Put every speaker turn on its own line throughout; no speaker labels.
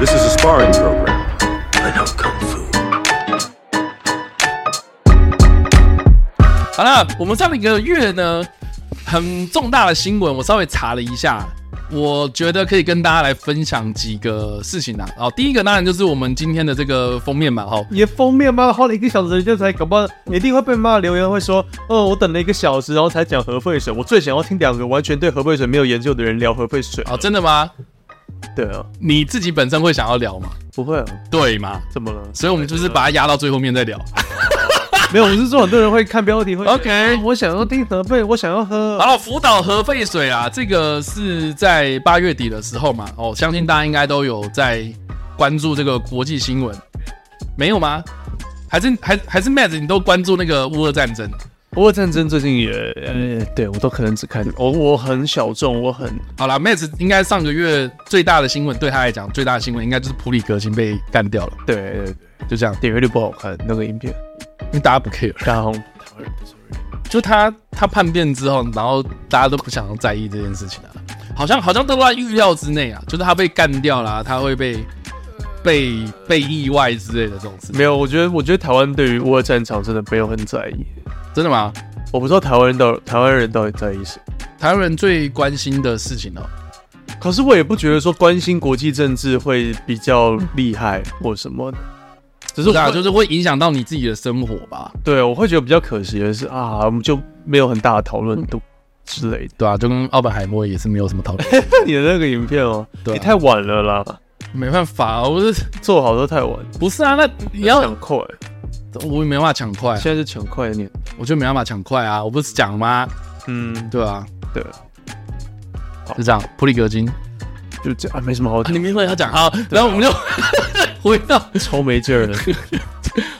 sparring program. I know kung fu.
好了，我们上一个月呢，很重大的新闻，我稍微查了一下，我觉得可以跟大家来分享几个事情啊。哦，第一个当然就是我们今天的这个封面嘛，哦，
你的封面妈的花了一个小时的时间才，搞不好你一定会被妈的留言会说，哦，我等了一个小时，然后才讲核废水。我最想要听两个完全对核废水没有研究的人聊核废水。啊
哦，真的吗？
对啊，
你自己本身会想要聊吗？
不会啊，
对吗？
怎么了？
所以我们就是把它压到最后面再聊。
没有，我是说很多人会看标题会
OK
啊我想要听核废，我想要喝
好。了，福岛核废水啊，这个是在八月底的时候嘛，哦，相信大家应该都有在关注这个国际新闻，没有吗？还是还还是 Matt，你都关注那个乌俄战争？
不过战争最近也，呃，对我都可能只看，我我很小众，我很
好啦 m a t 应该上个月最大的新闻，对他来讲最大的新闻应该就是普里格金被干掉了，
对对对，
就这样，
点阅率不好看那个影片，
因为大家不 care，
大红
就他他叛变之后，然后大家都不想要在意这件事情啊，好像好像都在预料之内啊，就是他被干掉啦，他会被被被意外之类的这种事情，
没有，我觉得我觉得台湾对于乌俄战场真的没有很在意，
真的吗？
我不知道台湾人到台湾人到底在意什么，
台湾人最关心的事情哦，
可是我也不觉得说关心国际政治会比较厉害或什么的，只是
不是
我
啊，
会
就是会影响到你自己的生活吧，
对我会觉得比较可惜的是啊，我们就没有很大的讨论度之类的。
对啊，就跟奥本海默也是没有什么讨论，
看你的那个影片哦，
对啊
你太晚了啦，
没办法、啊，我是
做好都太晚了，
不是啊？那你要
抢快，
我也没办法抢快啊、
现在是抢快的年代，
我就没办法抢快啊！我不是讲吗？
嗯，
对啊，
对，
是这样。普里格金，
就这样，啊没什么好
你明会要讲啊好，然后我们就 回到
超没劲儿的，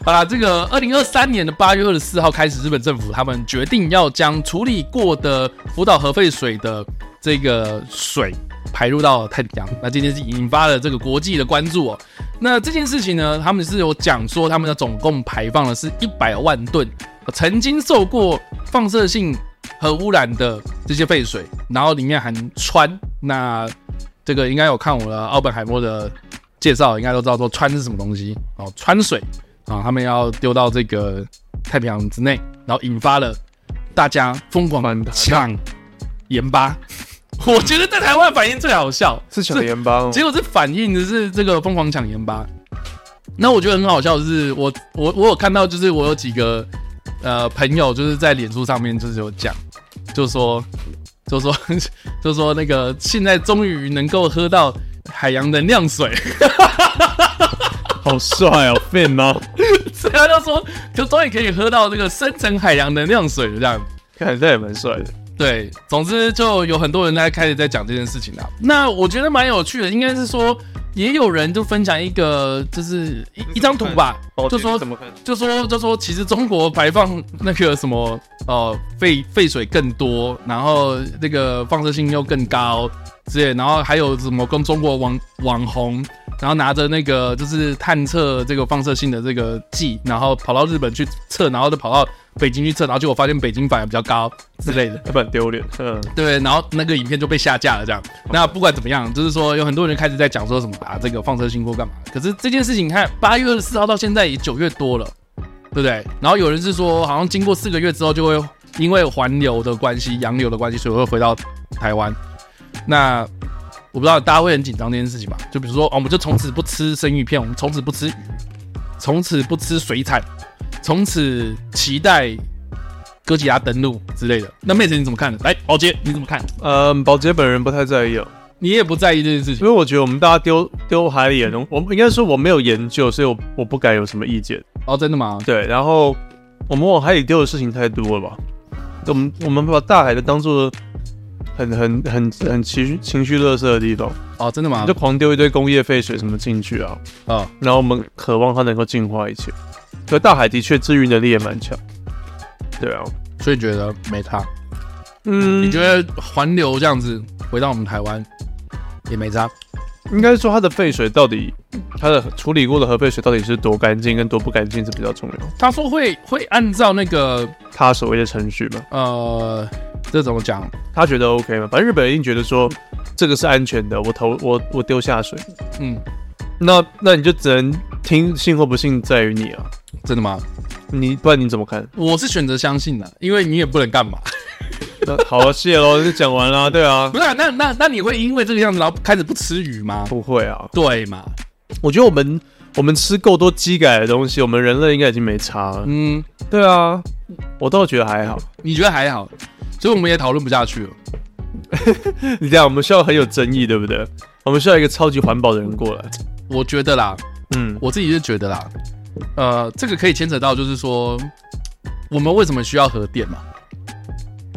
好啦，这个二零二三年的八月二十四号开始，日本政府他们决定要将处理过的福岛核废水的这个水排入到太平洋。那这件事引发了这个国际的关注哦。那这件事情呢，他们是有讲说他们的总共排放的是一百万吨，曾经受过放射性核污染的这些废水，然后里面含氚。那这个应该有看我的奥本海默的介绍，应该都知道说氚是什么东西哦，氚水。啊，他们要丢到这个太平洋之内，然后引发了大家疯狂
蛮大的
抢盐巴。 我觉得在台湾反应最好笑，
是抢哦盐巴吗？
结果是反应的是这个疯狂抢盐巴。那我觉得很好笑的是，我我我有看到，就是我有几个呃朋友，就是在脸书上面就是有讲，就说就说 就说那个现在终于能够喝到海洋能量水，
好帅哦，Fin 吗？
所以他就说就终于可以喝到这个深层海洋能量水了这样。
看起来也蛮帅的，
对，总之就有很多人在开始在讲这件事情啦。啊那我觉得蛮有趣的，应该是说也有人就分享一个就是一一张图吧，就说
怎么看？
就说就说，其实中国排放那个什么呃废废水更多，然后那个放射性又更高之
嗯
类，然后还有什么跟中国网网红，然后拿着那个就是探测这个放射性的这个剂，然后跑到日本去测，然后就跑到北京去测，然后结果发现北京反而比较高之类的。
还蛮丢脸，嗯，
对，然后那个影片就被下架了，这样。那不管怎么样，就是说有很多人开始在讲说什么啊，这个放射性或干嘛。可是这件事情，你看八月二十四号到现在也九月多了，对不对？然后有人是说，好像经过四个月之后，就会因为环流的关系、洋流的关系，所以会回到台湾。那我不知道大家会很紧张这件事情吧？就比如说，哦我们就从此不吃生鱼片，我们从此不吃鱼，从此不吃水产，从此期待哥吉拉登陆之类的。那妹子你怎么看呢？来，宝杰你怎么看？
嗯，宝洁本人不太在意哦，
你也不在意这件事
因
情，
为我觉得我们大家丢丢海里的东，我们应该说我没有研究，所以我我不敢有什么意见。
哦，真的吗？
对，然后我们往海里丢的事情太多了吧？我们我们把大海的当做很很很很情绪情绪垃圾的地方，
哦，真的吗？
就狂丢一堆工业废水什么进去啊，
哦，
然后我们渴望它能够净化一切。可大海的确治愈能力也蛮强，对啊，
所以觉得没差。
嗯，
你觉得环流这样子回到我们台湾也没差？
应该说它的废水到底，它的处理过的核废水到底是多干净跟多不干净是比较重要。
他说会会按照那个
他所谓的程序嘛，
呃，这怎么讲？
他觉得 OK 嘛，反正日本人一定觉得说这个是安全的，我投我我丢下水，
嗯，
那那你就只能听信或不信在于你啊，
真的吗？
你不然你怎么看？
我是选择相信的，因为你也不能干嘛。
那好啊，谢 喽，就讲完啦，对啊
不，是啊、那那那你会因为这个样子，然后开始不吃鱼吗？
不会啊，
对嘛？
我觉得我们我们吃够多鸡改的东西，我们人类应该已经没差了。
嗯，
对啊，我倒觉得还好。
你觉得还好，所以我们也讨论不下去了。
你这样，我们需要很有争议，对不对？我们需要一个超级环保的人过来。
我觉得啦，
嗯，
我自己是觉得啦，呃，这个可以牵扯到就是说，我们为什么需要核电嘛？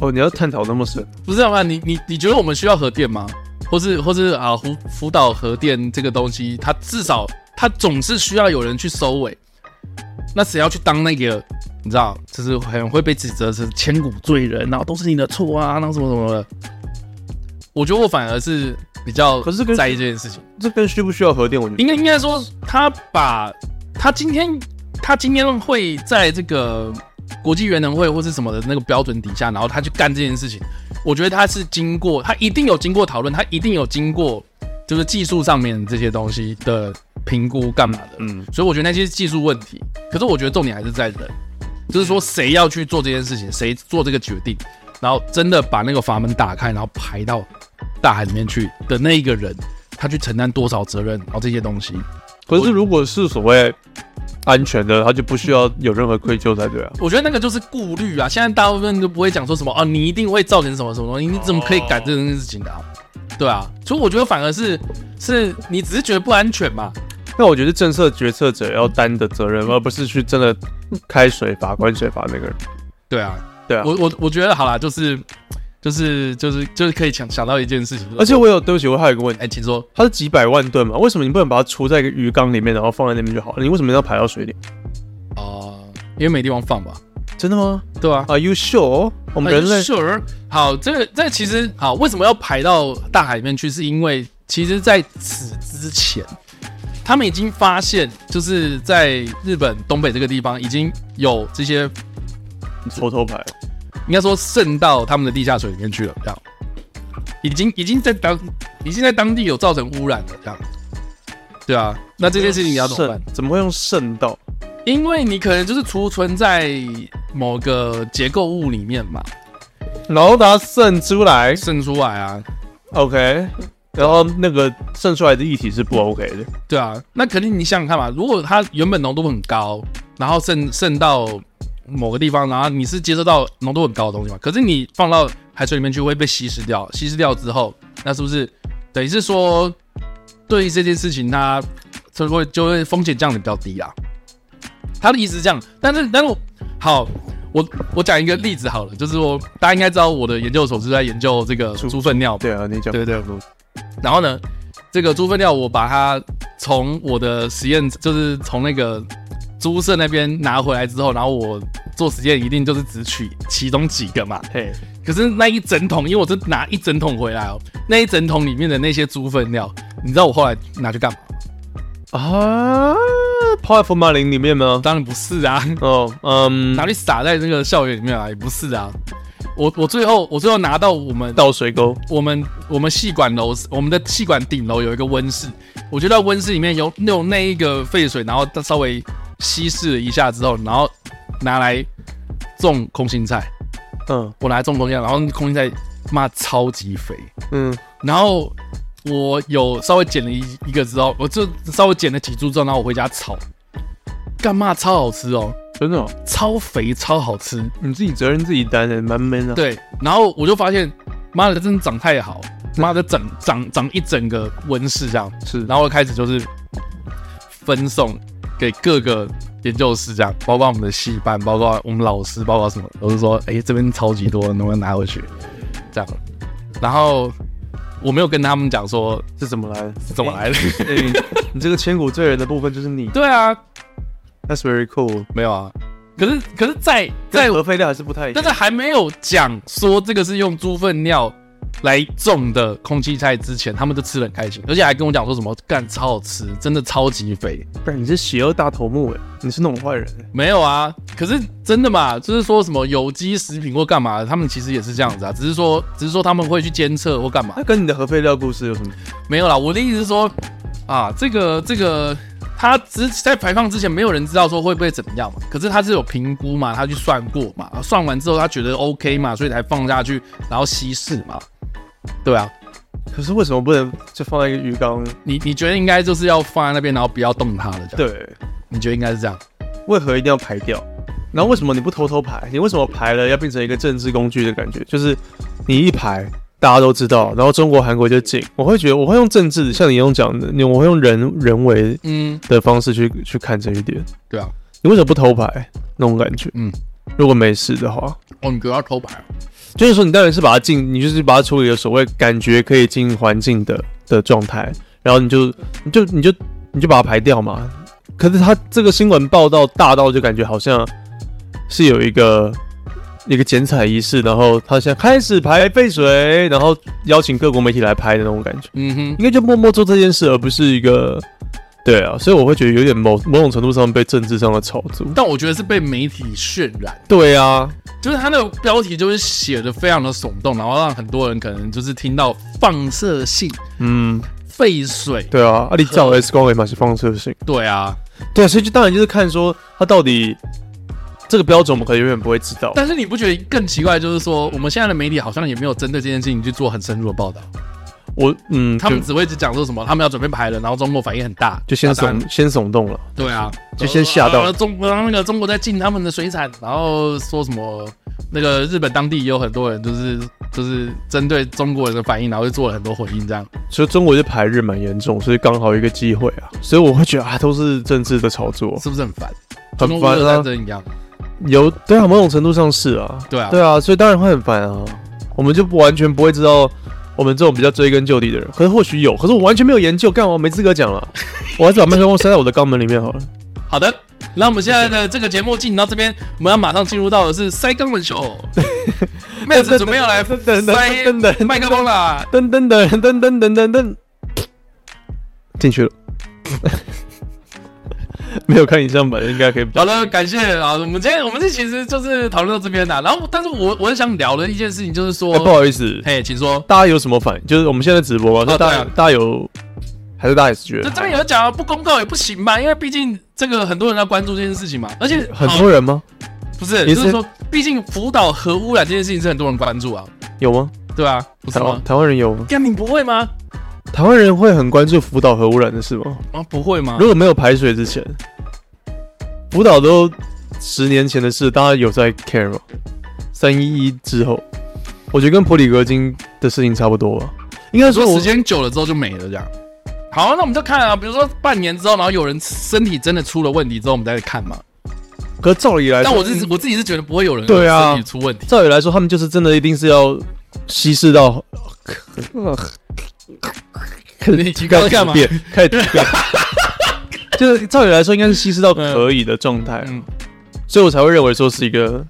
哦，你要探讨那么深，
不是嘛？你你你觉得我们需要核电吗？或是或是啊，福福岛核电这个东西，它至少它总是需要有人去收尾。那谁要去当那个？你知道，就是很会被指责是千古罪人，然后都是你的错啊，那什么什么的。我觉得我反而是比较
可是跟
在意这件事情。
这跟需不需要核电，我觉得
应该应该说，他把他今天他今天会在这个国际原能会或是什么的那个标准底下，然后他去干这件事情，我觉得他是经过他一定有经过讨论，他一定有经过就是技术上面这些东西的评估干嘛的，
嗯，
所以我觉得那些是技术问题，可是我觉得重点还是在人，就是说谁要去做这件事情，谁做这个决定，然后真的把那个阀门打开，然后排到大海里面去的那一个人，他去承担多少责任，然后这些东西，
可是如果是所谓安全的，他就不需要有任何愧疚才对啊。
我觉得那个就是顾虑啊。现在大部分都不会讲说什么哦，你一定会造成什么什么东西，你怎么可以改这件事情的、啊？对啊，所以我觉得反而是是你只是觉得不安全嘛，
那我觉得政策决策者要担的责任，而不是去真的开水罚、关水罚那个人。
对啊，
对啊，
我我我觉得好啦，就是就是就是就是可以想想到一件事情，就是
而且我有，对不起，我还有一个问
哎、
题，
请说，
它是几百万吨嘛？为什么你不能把它储在一个鱼缸里面，然后放在那边就好了？你为什么要排到水里？
哦、因为没地方放吧，
真的吗
对啊。
？Are you sure？我们人类
sure 好，这个这个其实好，为什么要排到大海里面去？是因为其实在此之前，他们已经发现，就是在日本东北这个地方已经有这些
偷偷排，
应该说渗到他们的地下水里面去了，这样，已经已经在当已经在当地有造成污染了，这样，对啊，那这件事情你要怎么办？
渗怎么会用渗到？
因为你可能就是储存在某个结构物里面嘛，
然后把它渗出来
渗出来啊，
，OK，然后那个渗出来的液体是不 OK 的。
对啊，那肯定你想想看嘛，如果它原本浓度很高，然后渗渗到某个地方，然后你是接收到浓度很高的东西嘛，可是你放到海水里面去会被稀释掉，稀释掉之后，那是不是等于是说，对于这件事情它就会就会风险降得比较低啊？他的意思是这样，但是但是我好，我我讲一个例子好了，就是说大家应该知道我的研究所是在研究这个猪粪尿吧
对啊，你讲
对对然后呢，这个猪粪料我把它从我的实验，就是从那个猪舍那边拿回来之后，然后我做实验一定就是只取其中几个嘛。
嘿，
可是那一整桶，因为我是拿一整桶回来哦，那一整桶里面的那些猪粪料，你知道我后来拿去干嘛？
啊，泡在福马林里面吗？
当然不是啊，
哦，嗯，
拿去撒在那个校园里面啊，也不是啊。我我最后我最后拿到我们
倒水沟，
我们我们系馆楼，我们的系馆顶楼有一个温室，我觉得温室里面有用那一个废水，然后它稍微稀释了一下之后，然后拿来种空心菜，
嗯
我拿来种空心菜，然后空心菜妈超级肥，
嗯，
然后我有稍微剪了一一个之后，我就稍微剪了几株之后，然后我回家炒，干嘛超好吃哦，
真的哦、
超肥超好吃，
你自己责任自己担的，蛮 man 的。，啊
对，然后我就发现，妈的，真的长太好，妈的长长长一整个温室这样，
是，
然后开始就是分送给各个研究室这样，包括我们的系办，包括我们老师，包括什么，我就说，哎、这边超级多，能不能拿回去？这样，然后我没有跟他们讲说
这怎么来的？
是怎么来的，
哎你你这个千古罪人的部分就是你
对啊，
，That's very cool。
没有啊，可是可是在在
在核废料还是不太一
但
样。
是还没有讲说这个是用猪粪尿来种的空气菜之前，他们就吃的很开心，而且还跟我讲说什么干超好吃，真的超级肥。
但你是邪恶大头目哎，你是那种坏人哎。
没有啊，可是真的嘛，就是说什么有机食品或干嘛的，他们其实也是这样子啊，只是说只是说他们会去监测或干嘛。
那跟你的核废料故事有什么？
没有啦，我的意思是说，啊，这个这个，它只在排放之前，没有人知道说会不会怎么样嘛。可是它是有评估嘛，他去算过嘛，啊算完之后他觉得 OK 嘛，所以才放下去，然后稀释嘛。对啊，
可是为什么不能就放在一个鱼缸？
你你觉得应该就是要放在那边，然后不要动它了，这样。
对，
你觉得应该是这样？
为何一定要排掉？然后为什么你不偷偷排？你为什么排了要变成一个政治工具的感觉？就是你一排，大家都知道，然后中国、韩国就进。我会觉得我会用政治，像你用讲的，你我会用人人为
嗯，
的方式去去看这一点。
对啊。
你为什么不偷排那种感觉？
嗯，
如果没事的话，
哦，你觉得要偷排啊？
就是说你当然是把它进，你就是把它处理的所谓感觉可以进环境的的状态，然后你就你就你就你就把它排掉嘛。可是它这个新闻报道大到就感觉好像是有一个一个剪彩仪式，然后他现在开始排废水，然后邀请各国媒体来拍的那种感觉，
嗯哼，
应该就默默做这件事，而不是一个对啊，所以我会觉得有点某某种程度上被政治上的炒作。
但我觉得是被媒体渲染，
对啊，
就是它那个标题就是写的非常的耸动，然后让很多人可能就是听到放射性
嗯，
废水。
对啊，阿里照 X 光也蛮是放射性。
对啊，
对，所以就当然就是看说他到底这个标准，我们可能永远不会知道。
但是你不觉得更奇怪？就是说，我们现在的媒体好像也没有针对这件事情去做很深入的报道，
我嗯，
他们
就
只会只讲说什么他们要准备排了，然后中国反应很大，
就先
大家
耸先耸动了，
对啊，
就先吓到
呃中国那个中国在进他们的水产，然后说什么那个日本当地也有很多人就是就是针对中国人的反应，然后就做了很多回应，这样
所以中国就排日蛮严重，所以刚好一个机会啊，所以我会觉得啊，都是政治的炒作，
是不是很烦？
哦很
跟乌
烦
俄
啊
战。争一样，
有对啊，某种程度上是啊，
对啊，
对啊，所以当然会很烦啊。我们就不完全不会知道我们这种比较追根究底的人，可是或许有，可是我完全没有研究，干我没资格讲了。我还是把麦克风塞在我的肛门里面好了。
好的，那我们现在的这个节目进行到这边，我们要马上进入到的是塞肛门 球，妹子准备要来
噔噔噔噔
塞
噔
麦克风啦。
噔噔噔噔噔噔噔噔，进去了。 没有看影像版的应该可以比较。
好了，感谢啊！我们今天我们这其实就是讨论到这边啦。然后，但是我我很想聊的一件事情就是说
哎，不好意思，
嘿，请说。
大家有什么反应？就是我们现在直播嘛，
哦
所以大
对
家
啊
大家有还是大家也是觉
就
得
当然有讲啊，不公告也不行嘛，因为毕竟这个很多人在关注这件事情嘛，而且
很
哦
多人吗？
不是，
也
就是是说，毕竟福岛核污染这件事情是很多人关注啊，
有吗？
对啊，不是
台
吗
湾？台湾人有吗？
干你不会吗？
台湾人会很关注福岛核污染的事吗？
啊，不会吗
如？果没有排水之前，福岛都十年前的事，大家有在 care 吗？三一一之后，我觉得跟普里格金的事情差不多吧。应该
说
说我
时间久了之后就没了这样。好，那我们就看啊，比如说半年之后，然后有人身体真的出了问题之后，我们再看嘛。
可照理来说，
但我自我自己是觉得不会有人
对啊
身体出问题，
照理来说，他们就是真的一定是要稀释到，
你你刚刚 干嘛？
变？开 始变，就是照理来说应该是稀释到可以的状态，
嗯，
所以我才会认为说是一个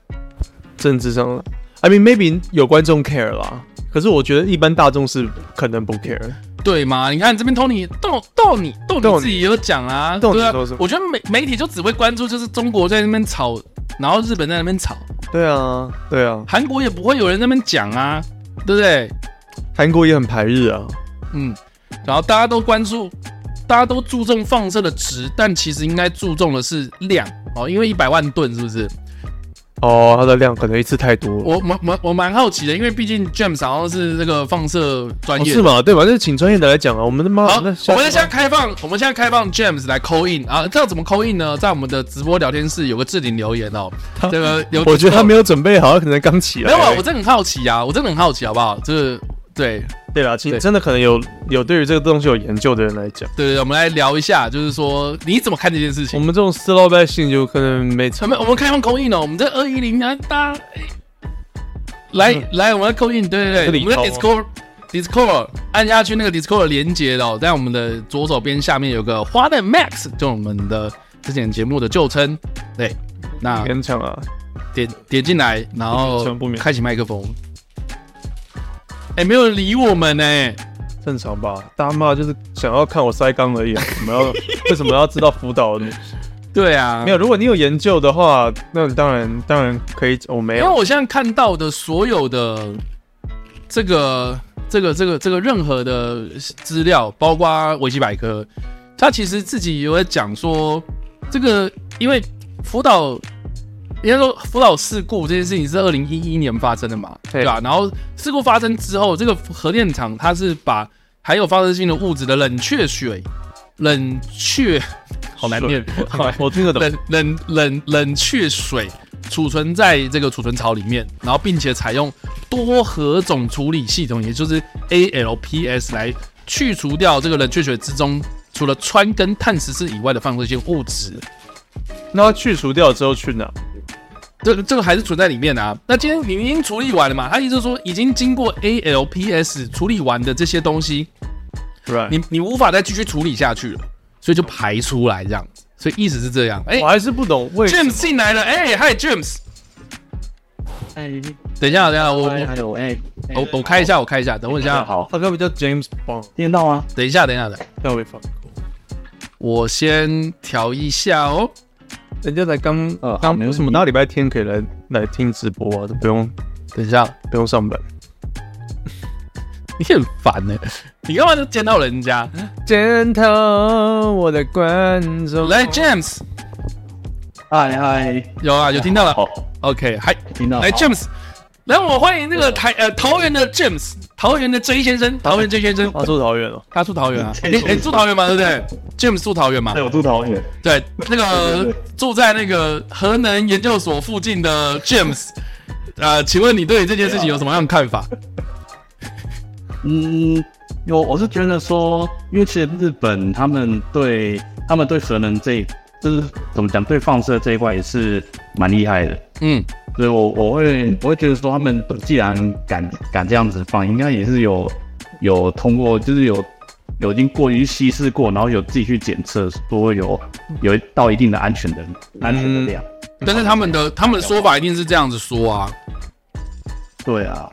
政治上的。I mean maybe 有观众 care 啦，可是我觉得一般大众是可能不 care。
对嘛？你看这边 Tony 逗逗你逗
逗
你
你
自己也有讲啊，
逗你
对啊
说什么。
我觉得媒媒体就只会关注就是中国在那边吵，然后日本在那边吵，
对啊，对啊，
韩国也不会有人在那边讲啊，对不对？
韩国也很排日啊，
嗯，然后大家都关注，大家都注重放射的值，但其实应该注重的是量哦，因为一百万吨是不是？
哦，它的量可能一次太多了。
我蛮蛮我蛮好奇的，因为毕竟 James 好像是这个放射专
哦
业
是
的。
吗？对吧？那请专业的来讲啊，我们他妈，
好，我
那
们
下
现在开放，我们现在开放 James 来 call in 啊，这要怎么 call in 呢？在我们的直播聊天室有个置顶留言哦，这个有，
我觉得他没
有，
有哎准备好，他可能刚起
没
来。
有啊，我真的很好奇啊，我真的很好奇，好不好？就是对，
对啦，其实
对
真的可能有有对于这个东西有研究的人来讲，
对对，我们来聊一下，就是说你怎么看这件事
我
情？
们这种死老百姓就可能没
我
成
们我们开放口音哦，我们这二一零啊，大家哎来来，我们的口音，对对
嗯这
对，
里
我们的
头
Discord Discord 按下去那个 Discord 的连接的哦，在我们的左手边下面有个花旦 Max，就我们的之前节目的旧称，对，那
勉强啊。
点点进来，然后
不勉强不勉强
开启麦克风。哎，没有人理我们呢、哎
正常吧，大妈就是想要看我塞缸 而已、啊。我们要为什么要知道辅导的？
对啊，
没有，如果你有研究的话，那当然当哦然可以。我、没
因为
有，
我现在看到的所有的这个这个这个这个任何的资料，包括维基百科，他其实自己有在讲说，这个因为福岛，应该说福岛事故这件事情是二零一一年发生的嘛，
对
对吧？然后事故发生之后，这个核电厂它是把含有放射性的物质的冷却水、冷却，好难念，好
我我听得懂，
冷冷冷冷却水储存在这个储存槽里面，然后并且采用多核种处理系统，也就是 ALPS 来去除掉这个冷却水之中除了氚跟碳十四以外的放射性物质。
那它去除掉之后去哪？
这个这个还是存在里面的啊。那今天你已经处理完了嘛？他意思是说已经经过 ALPS 处理完的这些东西，
对，
你你无法再继续处理下去了，所以就排出来这样子。所以意思是这样。哎、
我还是不懂为
j a m e s 进来了，哎、嗨 James。
哎，
等一下，等一下，我
嗨，
我
还有哎，哎
哦
哦
我我开一下，我开一下，等我一下，啊
好，
啊他该不叫 James Bond？
听得到吗？
等一下，等一下，等一下，
那会放，
我先调一下哦。
人家才刚
呃好
刚
没问题
为什么那礼拜天可以来来听直播啊？都不用
等一下，
不用上班。
你很烦呢、 你干嘛就见到人家？
检讨我的观
啊
众
来，James，
嗨嗨，
有啊，有听到了
好，
，OK，嗨，
听到，
来
好
，James，来，我们欢迎这个台呃桃园的 James，桃园的 J 先生，桃园 J 先生，
他住桃园了，
他住桃园 啊，
对
你你住桃园嘛，对不对？James 住桃园嘛
对，，我住桃园，
对，那
对
个
对对
住在那个核能研究所附近的 James，呃，请问你对这件事情有什么样的看法？
嗯，我我是觉得说，因为其实日本他们对他们对核能这一就是怎么讲，对放射这一块也是蛮厉害的，
嗯，
所以我我会我会觉得说，他们既然敢敢这样子放，应该也是有有通过，就是有有已经过于稀释过，然后有自己去检测，说有有到一定的安全的安全的量。
但是他们的他们的说法一定是这样子说啊，
对啊，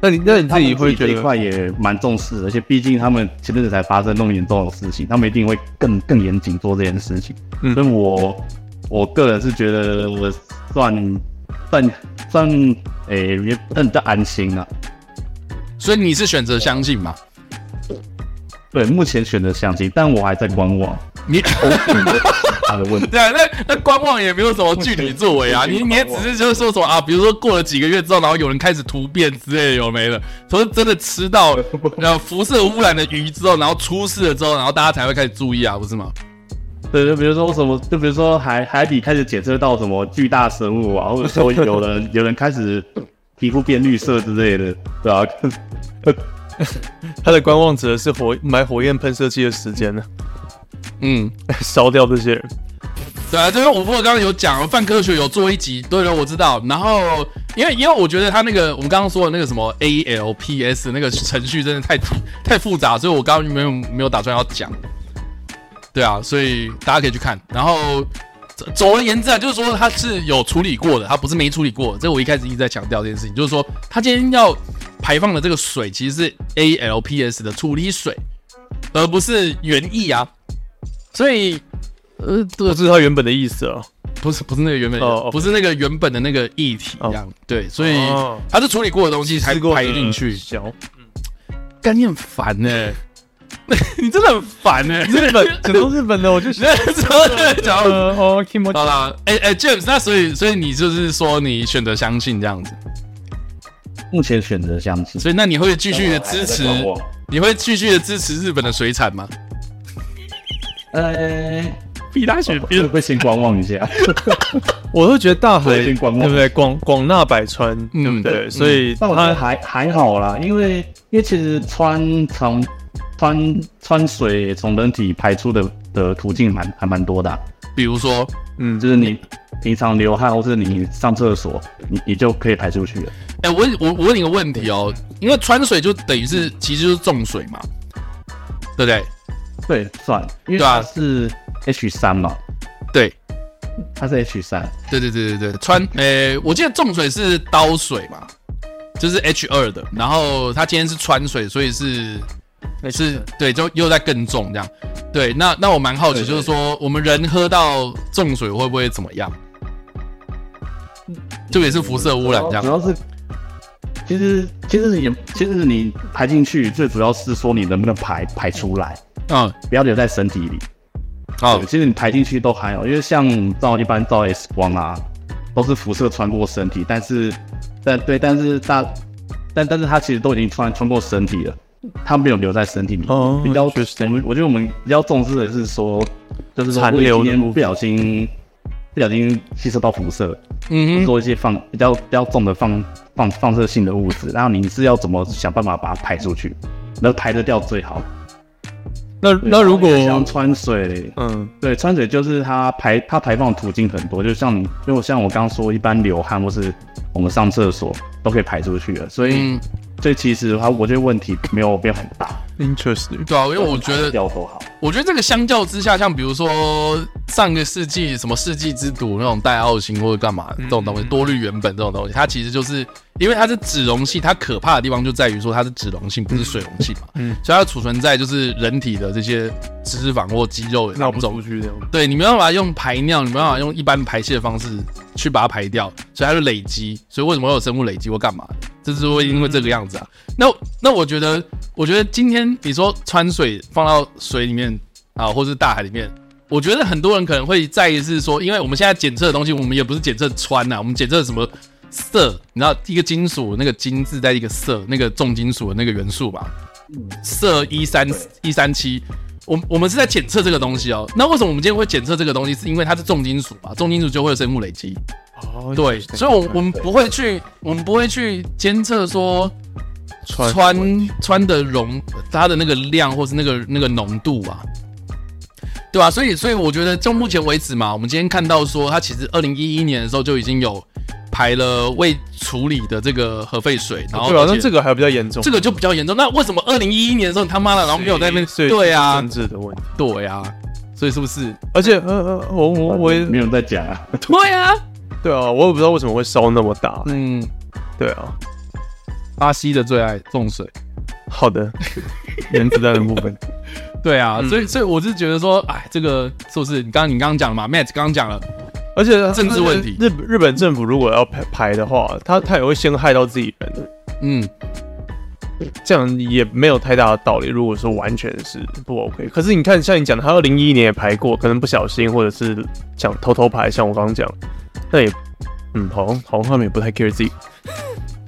那你那你自己
他们
会
这
觉
一
得
块也蛮重视的，而且毕竟他们前阵子才发生那么严重的事情，他们一定会更更严谨做这件事情。
嗯
所以我我个人是觉得我算算算诶、也很的安心啊。
所以你是选择相信嘛？
对，目前选择相机，但我还在观望。
你对
他的问 题，
啊，那那观望也没有什么具体作为啊，你你也只是就是说什么啊，比如说过了几个月之后，然后有人开始突变之类的，有没的，说真的吃到呃辐射污染的鱼之后，然后出事了之后，然后大家才会开始注意啊，不是吗？
对，就比如说什么，就比如说海海底开始检测到什么巨大生物啊，或者说有人有人开始皮肤变绿色之类的，对啊，
他的观望指的是火买火焰喷射器的时间呢？
嗯，
烧掉这些人，
对啊，这边我不过刚刚有讲泛科学有做一集，对对，我知道。然后因为因为我觉得他那个我们刚刚说的那个什么 ALPS 那个程序真的太太复杂，所以我刚刚没有没有打算要讲。对啊，所以大家可以去看。然后总总而言之啊，就是说他是有处理过的，他不是没处理过。这我一开始一直在强调这件事情，就是说他今天要排放的这个水其实是 ALPS 的处理水，而不是原液啊。所以呃，对
不是他原本的意思啊。
不是不是那个原本的，
哦哦
不是那个原本的那个议题一样，对，所以
哦
它是处理过的东西才
吃过嗯
排进去，
小
干念烦呢、 你真的很烦呢、
日本，讲到日本的我 就
你那时候在讲，
呃哦 k i m o
好啦，哎、哎、j a m e s 那所以所以你就是说你选择相信这样子，
目前选择相机。
所以那你会继续的支持
但哎我还在观，
你会继续的支持日本的水产吗？
呃，
比大雪
会不会先观望一下？
我都觉得大海
我已
对
经观望
不对？广广纳百川，
嗯
对不对？
嗯
所以
但我觉得
他
还还好啦，因为因为其实穿从穿穿水从人体排出的的途径蛮还蛮多的啊、
比如说，
嗯，
就是你平常流汗或是你上厕所，你你就可以排出去了。
哎、我我我问你个问题哦，因为川水就等于是其实就是重水嘛，对不对？
对，算，因为
对啊
它是 H 三嘛，
对，
它是 H 三，
对对对对对，川诶、我记得重水是刀水嘛，就是 H 二的，然后它今天是川水，所以是是对，就又在更重这样。对，那那我蛮好奇，就是说我们人喝到重水会不会怎么样？
嗯
就也是辐射污染这样。
主要是其实其实也其实你排进去，最主要是说你能不能排排出来，
嗯，
不要留在身体里。
好
啊
对，其实你排进去都还好，因为像照一般照 X 光啊，都是辐射穿过身体，但是但对，但是大但但是它其实都已经穿穿过身体了，它没有留在身体里。
哦
比较我
interesting
们我觉得我们比较重视的是说，就是说
残
如果你
留
今天
的
不小心不小心吸收到辐射，
嗯哼，
做一些放比较比较重的放放放射性的物质，然后你是要怎么想办法把它排出去，能排得掉最好。
那那如果
像穿水，
嗯
对，穿水就是它排它排放途径很多，就像你，就像我刚刚说，一般流汗或是我们上厕所都可以排出去了，所以、
嗯，
所以其实的话，我觉得问题没有没有很大，
，interesting，
对啊，因为我觉得
掉头好。
我觉得这个相较之下，像比如说上个世纪什么世纪之毒那种带奥星或者干嘛这种东西，多氯原本这种东西，它其实就是因为它是脂溶性，它可怕的地方就在于说它是脂溶性，不是水溶性嘛，
嗯
所以它储存在就是人体的这些脂肪或肌肉
那
当
我不
中
出。去这样。
对，你没办法用排尿，你没办法用一般排泄的方式去把它排掉，所以它就累积。所以为什么会有生物累积或干嘛的？这是会因为这个样子啊。那那我觉得，我觉得今天你说川水放到水里面啊，或是大海里面，我觉得很多人可能会在意是说，因为我们现在检测的东西，我们也不是检测氚呐、我们检测什么色，你知道一个金属那个金字带一个色，那个重金属的那个元素吧，色一三一三七。我我们是在检测这个东西哦，那为什么我们今天会检测这个东西？是因为它是重金属嘛，重金属就会有生物累积，
哦
对，
interesting
所以，我我们不会去，我们不会去监测说
穿
穿穿的容它的那个量或是那个那个浓度啊，对啊吧、所以所以我觉得就目前为止嘛，我们今天看到说它其实二零一一年的时候就已经有排了未处理的这个核废水，然后
对啊，
而且
那这个还比较严重，
这个就比较严重。那为什么二零一一年的时候你他妈的，然后没有在那边
所以
对啊
政，治的问题。
对啊，所以是不是？
而且，呃呃，我我我也
没有人在讲啊，
对啊，
对啊，我也不知道为什么会烧那么大。
嗯，
对啊，
巴西的最爱重水。
好的，原子弹的部分，
对啊，
嗯
所以所以我是觉得说，哎，这个是不是你刚刚你刚刚讲了嘛？Matt 刚刚讲了，
而且
政治问题
日日本政府如果要排排的话，他他也会先害到自己人的，
嗯，
这样也没有太大的道理。如果说完全是不 OK，可是你看，像你讲的，他二零一一年也排过，可能不小心或者是想偷偷排，像我刚刚讲，那也，嗯，好像好像他们也不太 care 自己。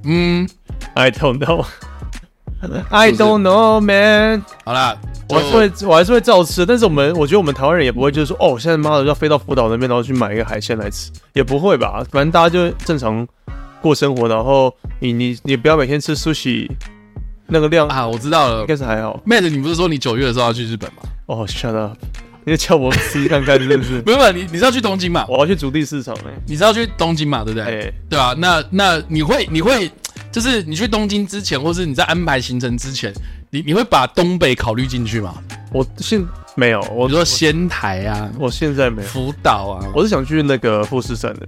嗯，
I don't know. I don't know, man.
好啦，
我还是会，我还是会照吃，但是我们，我觉得我们台湾人也不会，就是说，哦，现在妈的要飞到福岛那边，然后去买一个海鲜来吃，也不会吧？反正大家就正常过生活，然后你你你不要每天吃 sushi，那个量
啊，我知道了
应该是还好。
，Matt，你不是说你九月的时候要去日本吗？
哦、s h u t up，你就叫我吃看看，是不是？
不是，不是，你你是要去东京嘛？
我要去竹地市场哎、
你是要去东京嘛？对不对？
哎
对啊，那那你会你会就是你去东京之前，或是你在安排行程之前，你你会把东北考虑进去吗？
我现没有，
比
我
如说仙台啊、
我现在没有，
福岛啊，
我是想去那个富士山的，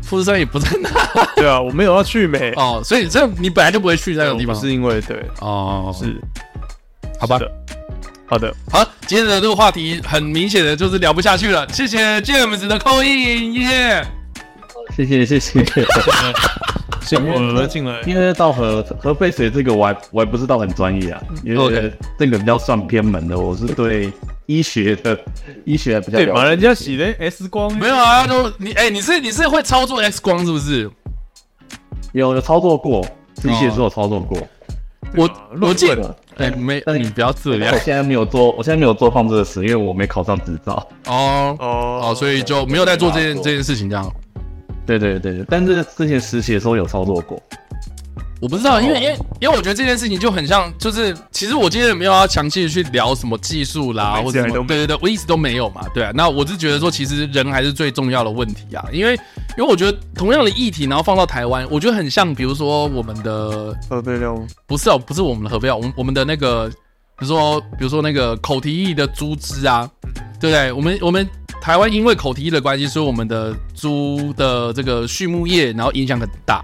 富士山也不在那
对啊，我没有要去美，
哦，所以这你本来就不会去那种地方
我不是因为对，
哦，
是
好吧
是。的好的。
好，今天的这个话题很明显的就是聊不下去了。谢谢 James 的扣印，耶！
谢谢谢谢。
进鹅进来，
因为到核核废水这个，我还我还不知道很专业啊，因为
OK
这个比较算偏门的，我是对医学的医学比较
对
了
嘛？
解。
人家洗的 S 光
没有啊，就你哎、你是你是会操作 X 光是不是？
有有操作过，机械
哦
是有操作过。
我
啊
我记
论
得
文，
哎、没，
但
你不要这样
我现在没有做，我现在没有做放这个实，因为我没考上执照。
哦
哦
哦，所以就没有在做这件这件事情这样。
对对对，对但是之前实习的时候有操作过。
我不知
哦
道，因为因为因为我觉得这件事情就很像，就是其实我今天也没有要详细的去聊什么技术啦，
我
或
一
者
直
什
都
么，
没
对对对，我一直都没有嘛，对啊。那我是觉得说，其实人还是最重要的问题啊，因为因为我觉得同样的议题，然后放到台湾，我觉得很像，比如说我们的
呃，对了，
不是哦，不是我们的核废料，我们我们的那个，比如说比如说那个口蹄疫的猪只啊，对不对？我们我们台湾因为口蹄疫的关系，所以我们的猪的这个畜牧业，然后影响很大。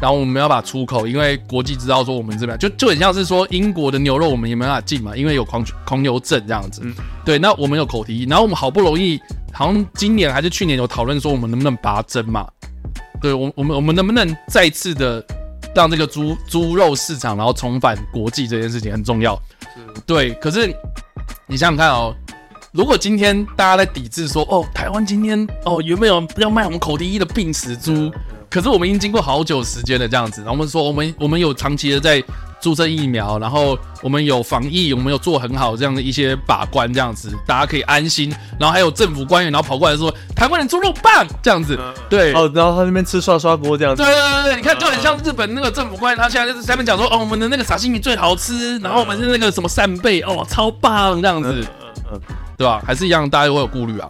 然后我们要把出口，因为国际知道说我们这边就就很像是说英国的牛肉我们也没办法进嘛，因为有狂狂牛症这样子。对，那我们有口蹄疫，然后我们好不容易，好像今年还是去年有讨论说我们能不能拔针嘛？对，我我们我们能不能再次的让这个猪猪肉市场然后重返国际这件事情很重要。对，可是你想想看哦，如果今天大家在抵制说哦，台湾今天哦有没有要卖我们口蹄疫的病死猪？可是我们已经经过好久时间了，这样子，然后我们说哦我们我们有长期的在注射疫苗，然后我们有防疫，我们有做很好这样的一些把关，这样子大家可以安心。然后还有政府官员，然后跑过来说台湾的猪肉棒这样子，对，
哦，然后他那边吃涮涮锅这样子
对，对对，你看就很像日本那个政府官，他现在就是在那边讲说，哦，我们的那个沙西米最好吃，然后我们是那个什么扇贝，哦，超棒这样子，
嗯
对吧？还是一样，大家会有顾虑啊。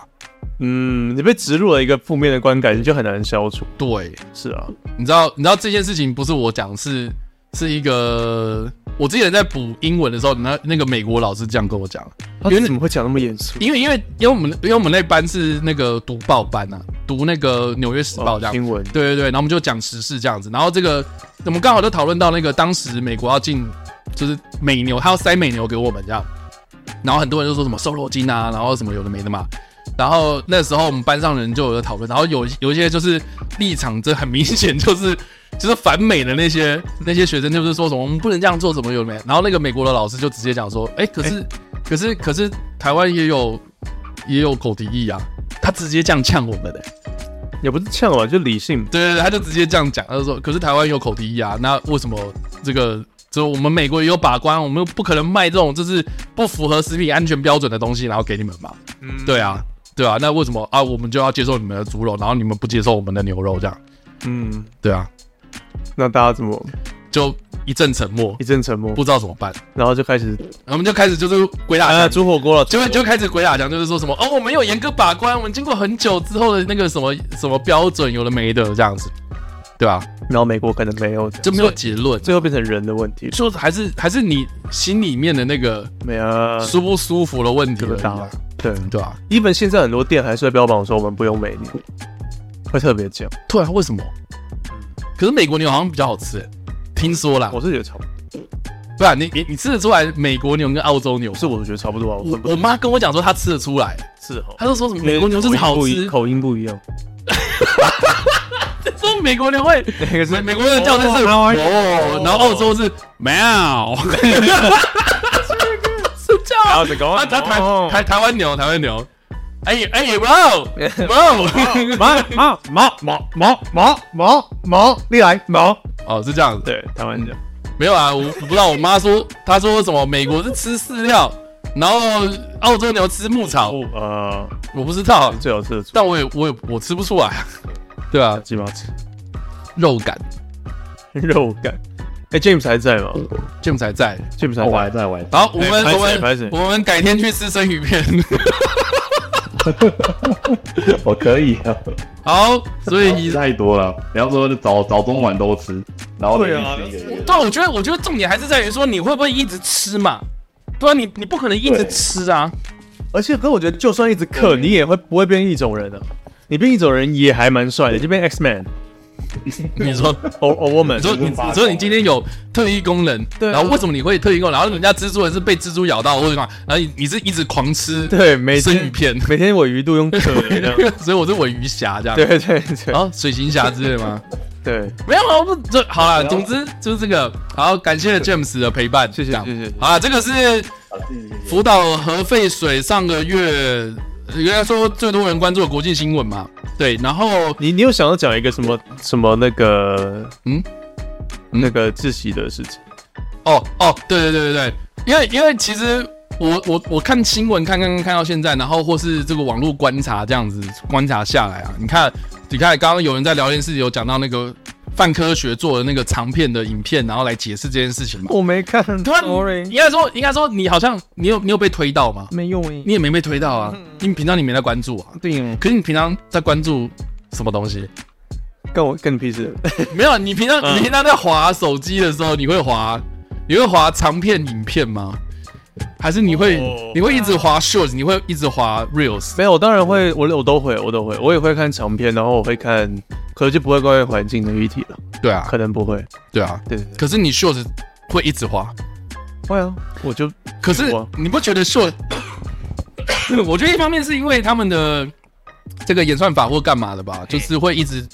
嗯，你被植入了一个负面的观感，你就很难消除。
对，
是啊，
你知道，你知道这件事情不是我讲，是是一个我之前在补英文的时候，那那个美国老师这样跟我讲，
他
原来
怎么会讲那么严肃？
因为因为因为我们因为我们那班是那个读报班啊，读那个《纽约时报》这样
哦新闻
对对对，然后我们就讲时事这样子，然后这个我们刚好就讨论到那个当时美国要进，就是美牛，他要塞美牛给我们这样，然后很多人就说什么瘦肉精啊，然后什么有的没的嘛，然后那时候我们班上的人就有在讨论，然后有有一些就是立场，这很明显就是 就是反美的那些那些学生，就是说什么我们不能这样做，什么有的没的，然后那个美国的老师就直接讲说，哎，可是、可是可是台湾也有也有口蹄疫啊，他直接这样呛我们的、
也不是呛吧，就理性。
对对对，他就直接这样讲，他就说：“可是台湾有口蹄疫啊，那为什么这个就我们美国也有把关，我们又不可能卖这种就是不符合食品安全标准的东西，然后给你们嘛？
嗯，
对啊，对啊，那为什么啊我们就要接受你们的猪肉，然后你们不接受我们的牛肉这样？
嗯，
对啊，
那大家怎么
就一阵沉默
一，阵沉默
不，知道怎么办，
然后就开始
然后我们就开始就是鬼打
啊，
墙。”
煮火锅了，
哎就会就开始鬼打墙，就是说什么哦，我们有严格把关，我们经过很久之后的那个什么什么标准，有的没的这样子，对吧、
然后美国可能没有，
就没有结论，
最后变成人的问题。
说还是还是你心里面的那个
没啊，
舒不舒服的问题
这
而
个
已
大
啊，
对
对啊，
，even 现在很多店还是会标榜说我们不用美牛，会特别讲。
对啊，为什么？可是美国牛好像比较好吃欸，听说啦
我，是觉得差不多，
不然你你你吃得出来美国牛跟澳洲牛？
是我觉得差不多啊，我
我
分不
我妈跟我讲说她吃得出来，
是哦。
她就说什么美国牛就是好
口音
吃，
口音不一样。
说美国牛会
那个
美美国人叫声是
哦
哦，然后澳洲是 喵，是这样啊。
后讲哦
啊，台台台台湾牛，台湾牛，哎哎，哇哦哇哦，
毛毛毛毛毛毛毛毛，你来毛。
哦是这样子。
对，台湾讲
没有啊，我我不知道。我妈说，她说什么美国是吃饲料，然后澳洲牛吃牧草，
哦，呃，
我不知道，
最好吃的
但我也我也我吃不出来啊。对啊，
鸡毛吃
肉感
肉感。哎，James 还在吗
James 还在。
？James 还
我还
在。
在 玩，
好，我们
哎拍谁
我
拍
们
谁
我们改天去吃生鱼片。
我可以 啊，
好，所以
太多了。不要说早早中晚都吃，然后
对啊
每天吃一个月
对啊，我觉得我觉得重点还是在于说你会不会一直吃嘛？对啊，你你不可能一直
对
吃啊。
而且，可我觉得就算一直克，你也会不会变异种人啊？你变异种人也还蛮帅的，就变 X Man
你说
or or
你
woman。
说你你说你今天有特异功能，
对啊
然后为什么你会特异功能？然后人家蜘蛛人是被蜘蛛咬到或者什么，然后你你是一直狂吃
对，每
生鱼
天
片，
每天我鱼肚用克的这样。
所以我是尾鱼侠这样。
对对对
然后水行侠之类吗？
对，
没有啊，我不这好了。总之就是这个。好，感谢 James 的陪伴，
谢谢
这样
谢谢谢谢
好了，这个是
好谢谢谢谢
福岛核废水上个月应该说最多人关注的国际新闻嘛。对，然后
你你有想要讲一个什么什么那个
嗯
那个窒息的事情？
哦哦，对对对对对，因为因为其实我我我看新闻看看看看到现在，然后或是这个网络观察这样子观察下来啊，你看你看刚刚有人在聊天室有讲到那个泛科学做的那个长片的影片，然后来解释这件事情嘛。
我没看
突然应该说应该说你好像你有你有被推到吗？
没用诶。
你也没被推到啊，你平常你没在关注啊，
对哦，
可是你平常在关注什么东西？
跟我跟你屁事。
没有，你平常
嗯
你平常在滑手机的时候，你会滑，你会滑长片影片吗？还是你会
哦
你会一直滑 shorts，你会一直滑 reels？
没有，我当然会，我我都会，我都会，我也会看长片，然后我会看，可能就不会关于环境的议题了，
对啊，
可能不会。
对啊。
对对对，
可是你 shorts 会一直滑，
会啊，我就
可是
我
你不觉得 shorts？我觉得一方面是因为他们的这个演算法或干嘛的吧，就是会一直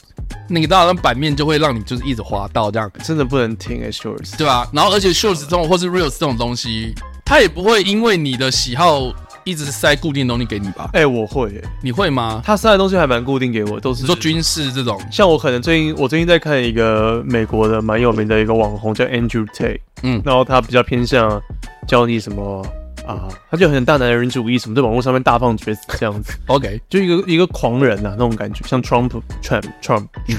那个到那版面就会让你就是一直滑到这样，
真的不能听哎、s h o r t s
对吧、然后而且 shorts 这种或是 reels 这种东西，它也不会因为你的喜好一直塞固定的东西给你吧？
哎、我会、欸，
你会吗？
他塞的东西还蛮固定给我，都是
你说军事这种，
像我可能最近，我最近在看一个美国的蛮有名的一个网红叫 Andrew Tate，
嗯
然后他比较偏向教你什么啊，他就很大男人主义，什么在网络上面大放厥词这样子，
，OK，
就一个一个狂人呐、啊、那种感觉，像 Trump Trump Trump
嗯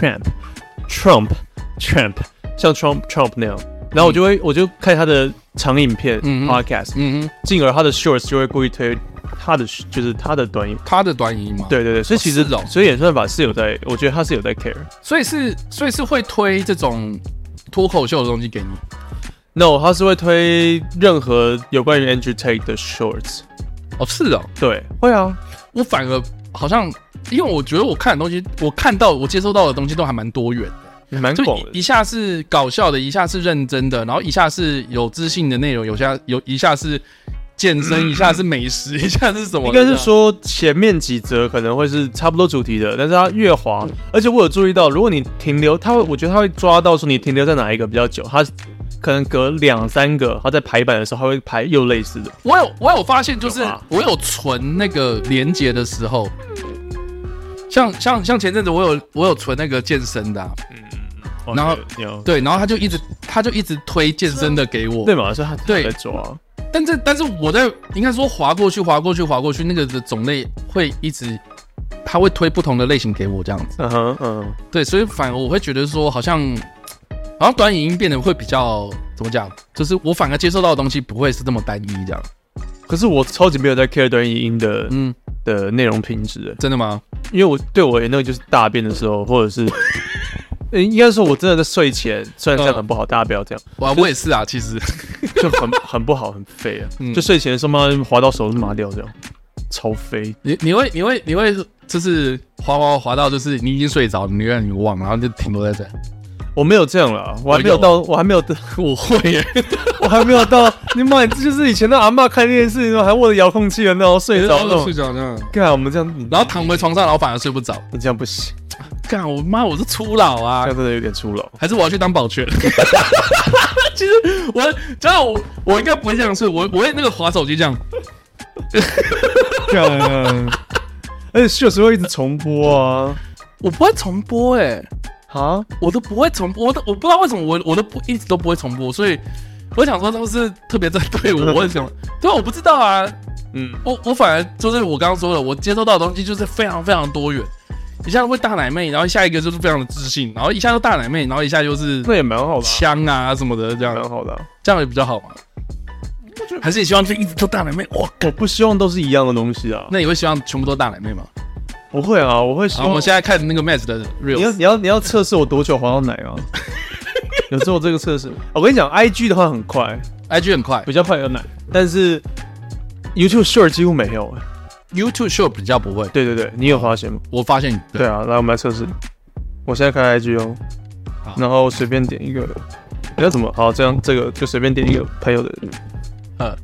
Trump Trump Trump 像 Trump Trump 那样，然后我就会、我就看他的长影片、
嗯嗯嗯
podcast，
嗯哼，
进而他的 shorts 就会故意推他的就是他的短影。
他的短影嘛，，
对对对，所以其实、
哦是哦
所以演算法是有在，我觉得他是有在 care。
所以是所以是会推这种脱口秀的东西给你，
No，他是会推任何有关于 Andrew Tate 的 shorts。
哦，是哦，
对，会啊，
我反而好像，因为我觉得我看的东西，我看到我接收到的东西都还蛮多元的，
蛮
就
广
一一
的。
下是搞笑的，一下是认真的，然后一下是有知性的内容，有下有一下是健 身，一下是美食，一下是什么？
应该是说前面几则可能会是差不多主题的，但是它越滑，而且我有注意到，如果你停留，他会，我觉得他会抓到说你停留在哪一个比较久，他可能隔两三个，他在排版的时候他会排又类似的。
我有我有发现，就是
有啊
我有存那个连接的时候，像像像前阵子我有我有存那个健身的啊、然后
有
对，然后他就一直他就一直推健身的给我，
对嘛，所以他
对
他在抓。
但这但是我在应该说划过去划过去划过去那个的种类会一直，他会推不同的类型给我这样子，
嗯哼嗯，
对，所以反而我会觉得说好像好像短影音变得会比较怎么讲，就是我反而接受到的东西不会是这么单一这样，
可是我超级没有在 care 短影音的
嗯，
的内容品质的，
真的吗？
因为我对我而言那个就是大便的时候，或者是， 呃应该说我真的在睡前，虽然
嗯
这样很不好，大家不要这样，
哇，我也是啊，其实
就很很不好，很废啊。
嗯
就睡前的时候，妈滑到手都麻掉，这样超飞。
你你会你会你会就是滑滑滑到就是你已经睡着，你让你忘，然后就停留在这，
我没有这样了，我还没有
我有
到，哎我还没有到，
我会耶，
我还没有到。你妈，你这就是以前的阿嬷看电视，然后还握着遥控器的那种睡着那种。
着呢，
干，我们这样，你
然后躺回床上，然后反而睡不着，
你这样不行，
干我妈我是初老啊
这，样真的有点粗鲁。
还是我要去当保 全？其实我，知道我我应该不会这样睡，我我会那个滑手机这样。
干，而且秀时候一直重播啊
我不会重播哎、
啊！
我都不会重播，我都我不知道为什么我我都不一直都不会重播，所以我想说都是特别针对我，我想对啊我不知道啊，
嗯，
我我反而就是我刚刚说的，我接收到的东西就是非常非常多元，一下会大奶妹，然后下一个就是非常的自信，然后一下就大奶妹，然后一下就是
那也蛮好的啊，
枪啊什么的这样，
蛮好的啊。
这样也比较好嘛。还是你希望就一直都大奶妹？哇，
我不希望都是一样的东西啊。
那你会希望全部都大奶妹吗？
不会啊，我会希
好，
望。
我们现在看那个 Matt 的
你要
real，
你要你要测试我多久滑到奶 啊？有做这个测试吗？我跟你讲，IG 的话很快，
IG 很快
比较快有奶，但是 YouTube Short 几乎没有欸。
，YouTube show 比较不会。
对对对，你有发现吗？
我发现
对啊，来我们来测试。我现在开 IG 哦
好，
然后随便点一个，你要怎么？好，这样这个就随便点一个朋友的，
呃，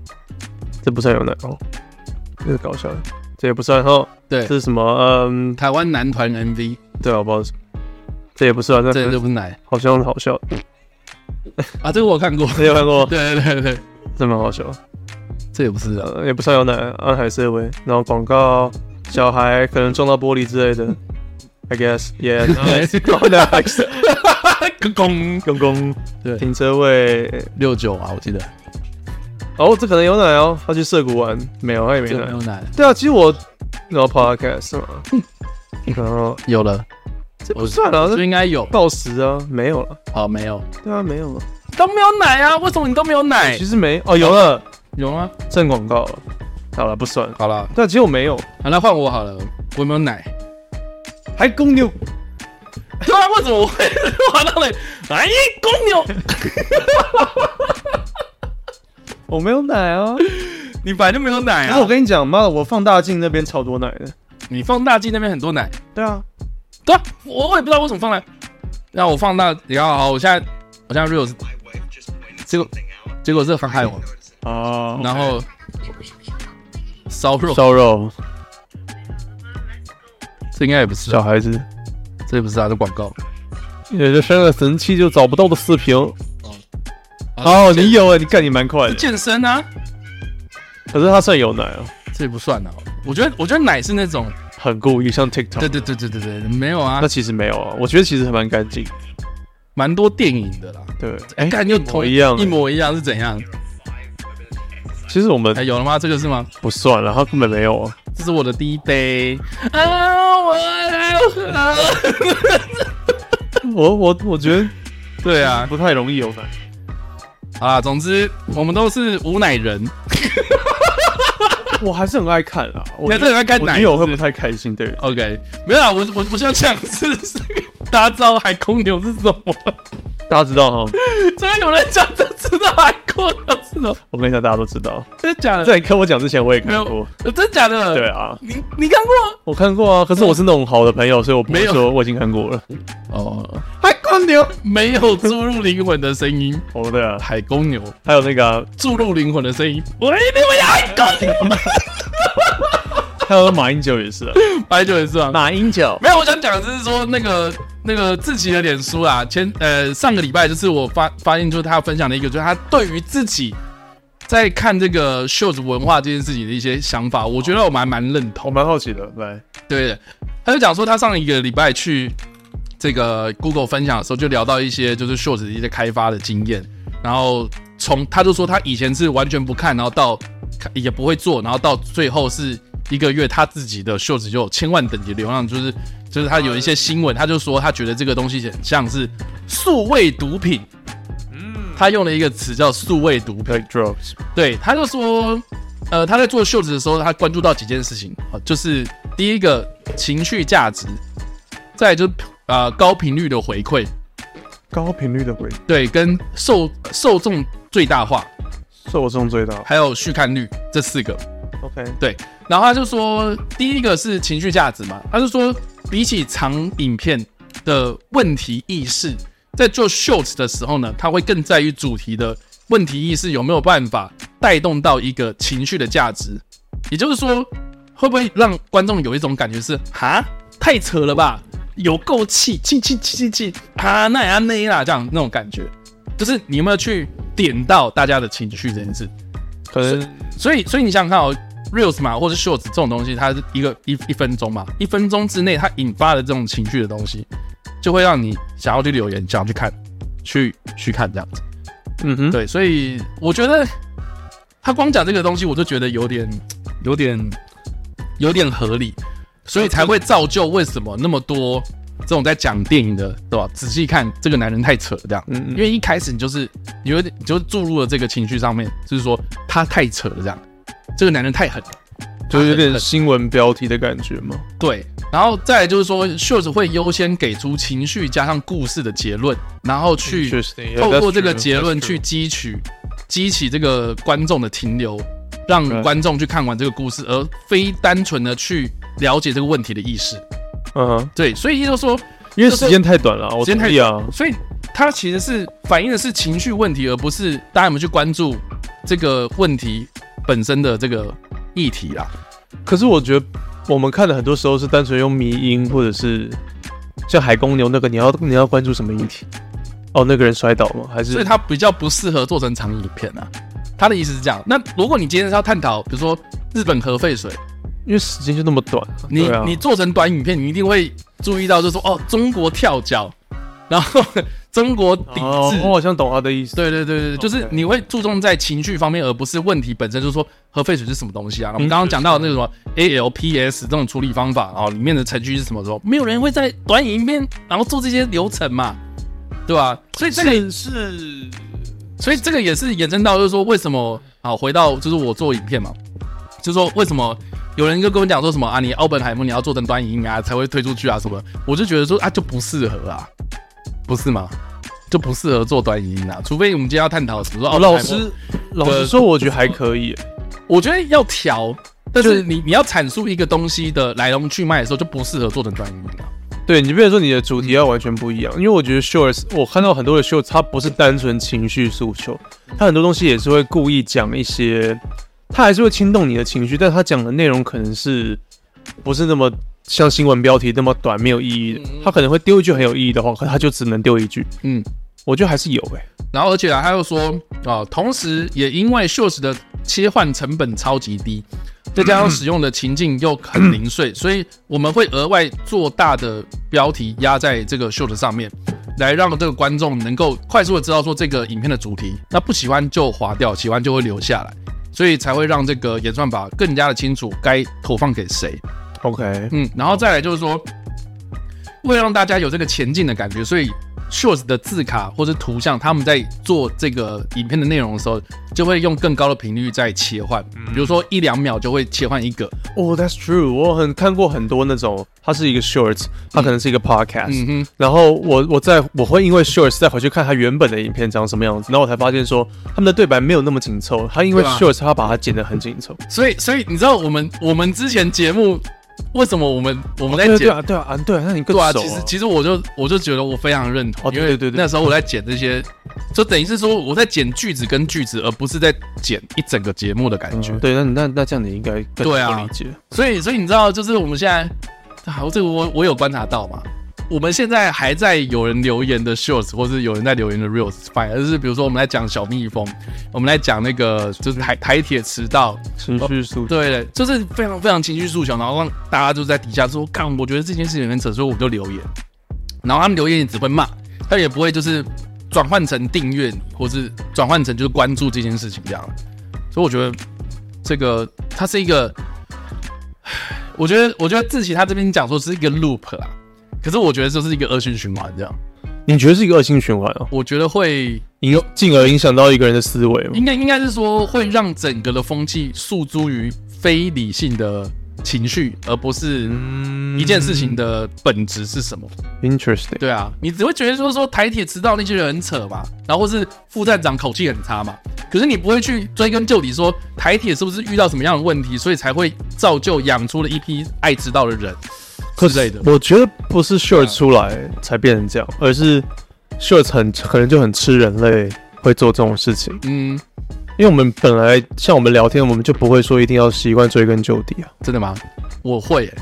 这不算有奶哦，这是搞笑的，这也不算哦，
对
这是什么？嗯，
台湾男团 MV，
对啊，我不知道是，这也不算，
这个
这
就不是奶
好像好笑，
啊，这个我看过。
你有看过？
对对对对，
这蛮好笑的。
这也不是啊。
呃，也不算有奶，暗海社会，然后广告，小孩可能撞到玻璃之类的，I guess yeah，
公公
公公
对
停车位，
六九啊，我记得
哦，这可能有奶哦，他去涩谷玩，没有，他也没
这
奶
没。有奶，
对啊，其实我然后 podcast 嘛，然后
有了，啊这
不算了
就应该有。
暴食啊，没有了，
好，没有
对啊，没有了，
都没有奶啊？为什么你都没有奶
其？实没哦，有了，
有啊吗？
正广告了，好了，不算。啊
好了，
但其实我没有，
好那换我好了，我有没有奶？
还公牛，
对啊，为什么我会滑到了？哎，公牛，
我没有奶啊。
你本来就没有奶
然
啊
后我！跟你讲，妈的，我放大镜那边超多奶的。
你放大镜那边很多奶，
对啊，
对啊，我我也不知道为什么放奶。那我放大，你看好，我现在我现在 real，结果结果这个妨害我，
哦，
然后烧肉，
烧肉，
这应该也不是
小
啊，
孩子，
这也不是啊，这广告
也就生了神器就找不到的视频。
啊
哦，你有啊？你看你蛮快的，
健身啊，
可是他算有奶啊，
这也不算啊。我觉得，我觉得奶是那种，
很故意，像 TikTok。
对对对对对对，没有啊
那，其实没有啊，我觉得其实还蛮干净。
蛮多电影的啦。
对，
哎，
哎、
看又同
一样
一模一样是怎样？
其实我们
哎，有了吗？这个是吗？
不算了，他根本没有啊。
这是我的第一杯啊！我要喝。啊
我我我觉得
对啊，
不太容易有奶。
啊，总之我们都是无奶人。
我还是很爱看啊，我
你还是很爱看奶
我女友会不太开心，对。
OK，没有啊，我我我想讲是是，大家知道海空牛是什么？
大家知道哈，
真的有人讲就知道海空牛是什么？
我跟你讲，大家都知道。
哦真的假的？
在你跟我讲之前，我也
呃没
看
有
过。，
真假的？
对，啊，
你你看过？
我看过啊。可是我是那种好的朋友，所以我不
没
会
有
说我已经看过了。
哦，
海公牛，
没有注入灵魂的声音，
哦对啊，
海公牛
还有那个啊、
注入灵魂的声音，我一定会海公 牛。
还有马英九也是、啊，
白酒也是啊，
马英九
没有，我想讲的就是说那个那个自己的脸书啊，前呃上个礼拜就是我发发现，就是他分享了一个，就是他对于自己在看这个袖子文化这件事情的一些想法，我觉得我蛮蛮认
我
同。
蛮好奇的，来，
对的，他就讲说他上一个礼拜去这个 Google 分享的时候，就聊到一些就是 Shorts 的一些开发的经验，然后从他就说他以前是完全不看，然后到也不会做，然后到最后是一个月他自己的 Shorts 就有千万等级流量，就是就是他有一些新闻，他就说他觉得这个东西很像是素味毒品，他用了一个词叫素味毒品。
like drugs，
对，他就说，呃，他在做袖子的时候，他关注到几件事情啊，就是第一个情绪价值，再来就是呃高频率的回馈，
高频率的鬼，
对，跟受受众最大化，
受众最大。
还有续看率这四个。
OK，
对，然后他就说，第一个是情绪价值嘛，他就说，比起长影片的问题意识，在做 shorts 的时候呢，他会更在于主题的问题意识有没有办法带动到一个情绪的价值，也就是说，会不会让观众有一种感觉是，哈，太扯了吧，有够气，气气气气气，啊，那也啊那啦，这样那种感觉，就是你有没有去点到大家的情绪这件事？
可能
所以，所以你想想看哦，reels 嘛，或者 shorts 这种东西，它是一个一一分钟嘛，一分钟之内它引发的这种情绪的东西，就会让你想要去留言，想要去看，去去看这样子。
嗯哼，
对，所以我觉得他光讲这个东西，我就觉得有点有点有点合理，所以才会造就为什么那么多这种在讲电影的，对吧？仔细看这个男人太扯了，这样，
嗯嗯
因为一开始你就是你有点你就注入了这个情绪上面，就是说他太扯了，这样，这个男人太狠了，
就是有
他很
点
狠
新闻标题的感觉嘛。
对，然后再来就是说，Shorts 会优先给出情绪加上故事的结论，然后去
Interesting. Yeah,
透过
that's
这个
true.
结论
That's
去
true.
激起激起这个观众的停留，让
Right.
观众去看完这个故事，而非单纯的去了解这个问题的意识。
嗯哼，
对，所以也就是说，
因为时间太短了，我
时间
同
太
意啊。
所以它其实是反映的是情绪问题，而不是大家有没有去关注这个问题本身的这个议题啊啦。
可是我觉得我们看的很多时候是单纯用迷音，或者是像海公牛那个，你要你要关注什么议题？哦，那个人摔倒吗？还是
所以它比较不适合做成长影片啊。他的意思是这样。那如果你今天是要探讨，比如说日本核废水，
因为时间就那么短？
你、
对啊
你做成短影片，你一定会注意到，就是说哦，中国跳脚，然后 中国抵制。
哦，我好像懂他的意思。
对对对对，就是你会注重在情绪方面，而不是问题本身。就是说，核废水是什么东西
嗯
啊？我们刚刚讲到那个什么 ALPS 这种处理方法，哦，里面的程序是什么？时候没有人会在短影片然后做这些流程嘛，对吧、所以这个
是
所以这个也是延伸到，就是说为什么好回到就是我做影片嘛，就是说为什么有人就跟我讲说什么啊，你奥本海默你要做成短影音啊才会推出去啊什么，我就觉得说啊就不适合啊，不是吗？就不适合做短影音啊，除非我们今天要探讨什么说
哦，
哦，
老师老
对
实说，我觉得还可以。
我觉得要调，但是你你要阐述一个东西的来龙去脉的时候，就不适合做成短影音啊。
对你不能说你的主题要完全不一样，因为我觉得 shorts 我看到很多的 shorts，它不是单纯情绪诉求，它很多东西也是会故意讲一些，它还是会牵动你的情绪，但它讲的内容可能是不是那么像新闻标题那么短没有意义的，他可能会丢一句很有意义的话，可他就只能丢一句。
嗯，
我觉得还是有哎、
然后而且啊，他又说啊、同时也因为 Shorts 的切换成本超级低，再加上使用的情境又很零碎，所以我们会额外做大的标题压在这个 Shorts 上面，来让这个观众能够快速的知道说这个影片的主题。那不喜欢就划掉，喜欢就会留下来，所以才会让这个演算法更加的清楚该投放给谁。
OK，
嗯，然后再来就是说，为了让大家有这个前进的感觉，所以 Shorts 的字卡或者图像，他们在做这个影片的内容的时候，就会用更高的频率在切换，
嗯
比如说一两秒就会切换一个，
哦、t h a t s true。我很看过很多那种，它是一个 shorts，它可能是一个 podcast，、
嗯哼，
然后我我在我会因为 shorts 再回去看它原本的影片长什么样子，然后我才发现说他们的对白没有那么紧凑，他因为
对啊
shorts 他把它剪得很紧凑。
所以所以你知道我们我们之前节目为什么我们我们在
对
剪
对啊对啊啊对啊，那你更
对啊，
熟
其实其实我就我就觉得我非常认同，
哦对对对
因为
对
那时候我在剪这些，就等于是说我在剪句子跟句子，而不是在剪一整个节目的感觉。
嗯对，那你那那这样你应该更
对啊
能够理解。
所以，所以你知道，就是我们现在，啊，这个我我有观察到嘛，我们现在还在有人留言的 shorts，或是有人在留言的 reels，反而是比如说我们来讲小蜜蜂，我们来讲那个就是台台铁迟到，
情
哦
绪素质，
对，就是非常非常情绪诉求，然后让大家就在底下说，干，我觉得这件事情很扯，所以我就留言，然后他们留言也只会骂，他也不会就是转换成订阅或是转换成就是关注这件事情这样，所以我觉得这个它是一个，唉我觉得我觉得志奇他这边讲说是一个 loop 啦，可是我觉得这是一个恶性循环这样，
你觉得是一个恶性循环哦，
我觉得会
影进而影响到一个人的思维吗？
应该应该是说会让整个的风气诉诸于非理性的情绪，而不是
嗯
一件事情的本质是什么。
interesting。
嗯对啊，你只会觉得说说台铁迟到那些人很扯嘛，然后或是副站长口气很差嘛，可是你不会去追根究底说台铁是不是遇到什么样的问题，所以才会造就养出了一批爱迟到的人之类的。
我觉得不是 short 出来才变成这样，而是 short 很可能就很吃人类会做这种事情，
嗯，
因为我们本来像我们聊天，我们就不会说一定要习惯追根究 底啊。
真的吗？我会、欸，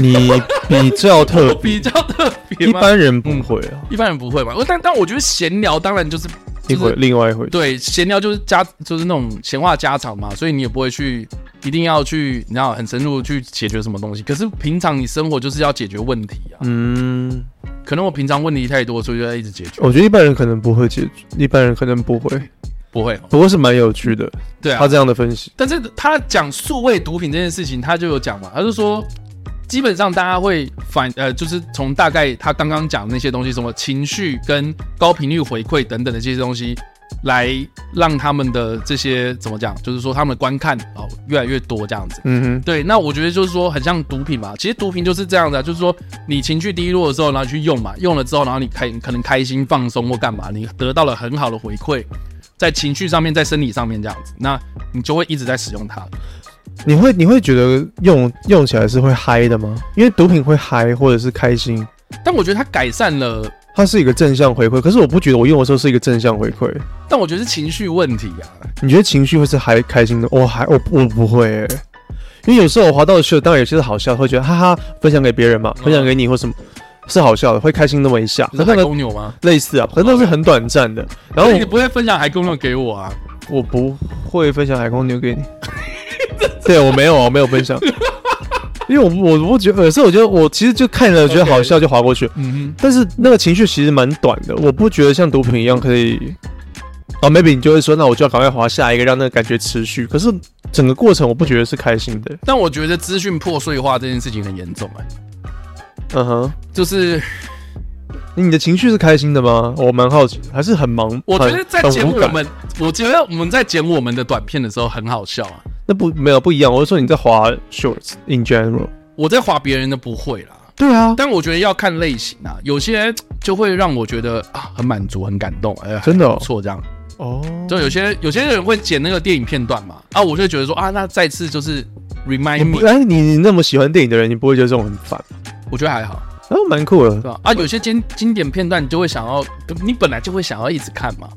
你比较特
我比较特别
一
吗，
般人不会啊，
一般人不会吧？我但但我觉得闲聊当然就是
一
嗯就是
会另外一回事。
对，闲聊就是家，就是那种闲话家常嘛，所以你也不会去一定要去，你知道很深入地去解决什么东西。可是平常你生活就是要解决问题啊，
嗯，
可能我平常问题太多，所以就要一直解决。
我觉得一般人可能不会解决，一般人可能不会，
不会哦，
不过是蛮有趣的。
对啊
他。这样的分析，
但是他讲数位毒品这件事情，他就有讲嘛，他就说，基本上大家会反呃，就是从大概他刚刚讲的那些东西，什么情绪跟高频率回馈等等的这些东西，来让他们的这些怎么讲，就是说他们的观看哦越来越多这样子。
嗯
对，那我觉得就是说，很像毒品嘛。其实毒品就是这样的啊、就是说你情绪低落的时候，然后你去用嘛，用了之后，然后你开可能开心、放松或干嘛，你得到了很好的回馈，在情绪上面，在生理上面这样子，那你就会一直在使用它。
哼，你会你会觉得用用起来是会嗨的吗？因为毒品会嗨或者是开心，
但我觉得它改善了，
它是一个正向回馈。可是我不觉得我用的时候是一个正向回馈。
但我觉得是情绪问题啊。
你觉得情绪会是还开心的？我还我我不会、欸，因为有时候我滑到的时候，当然有些是好笑，会觉得哈哈，分享给别人嘛，分享给你或什么，是好笑的，会开心那么一下。
你嗯
可
是
是
海
那个
公牛吗？
类似啊，可能那是很短暂的。然
然
后
后你不会分享海公牛给我啊？
我我不会分享海空牛 给你，对我没有，啊我没有分享。因为我不我我觉得有时候我觉得我其实就看了觉得好笑就划过去
嗯
但是那个情绪其实蛮短的，我不觉得像毒品一样可以。哦、m a y b e 你就会说，那我就要赶快滑下一个，让那个感觉持续。可是整个过程我不觉得是开心的。
但我觉得资讯破碎化这件事情很严重哎、
嗯哼，
就是
你的情绪是开心的吗？我蛮好奇，还是很忙。
我觉得
很
在
很
剪
无
我
感
们，我觉得我们在剪我们的短片的时候很好笑啊。
那不没有不一样。我是说你在滑 shorts in general。
我在划别人的不会啦，
对啊，
但我觉得要看类型啊，有些就会让我觉得啊很满足、很感动，哎、
真的哦
还不错这样。
哦，
就有些有些人会剪那个电影片段嘛，啊，我就觉得说啊，那再次就是 remind
你不
me，
哎，你你那么喜欢电影的人，你不会觉得这种很烦？
我觉得还好，
然后蛮酷的
对，吧？啊，有些经经典片段你就会想要，你本来就会想要一直看嘛，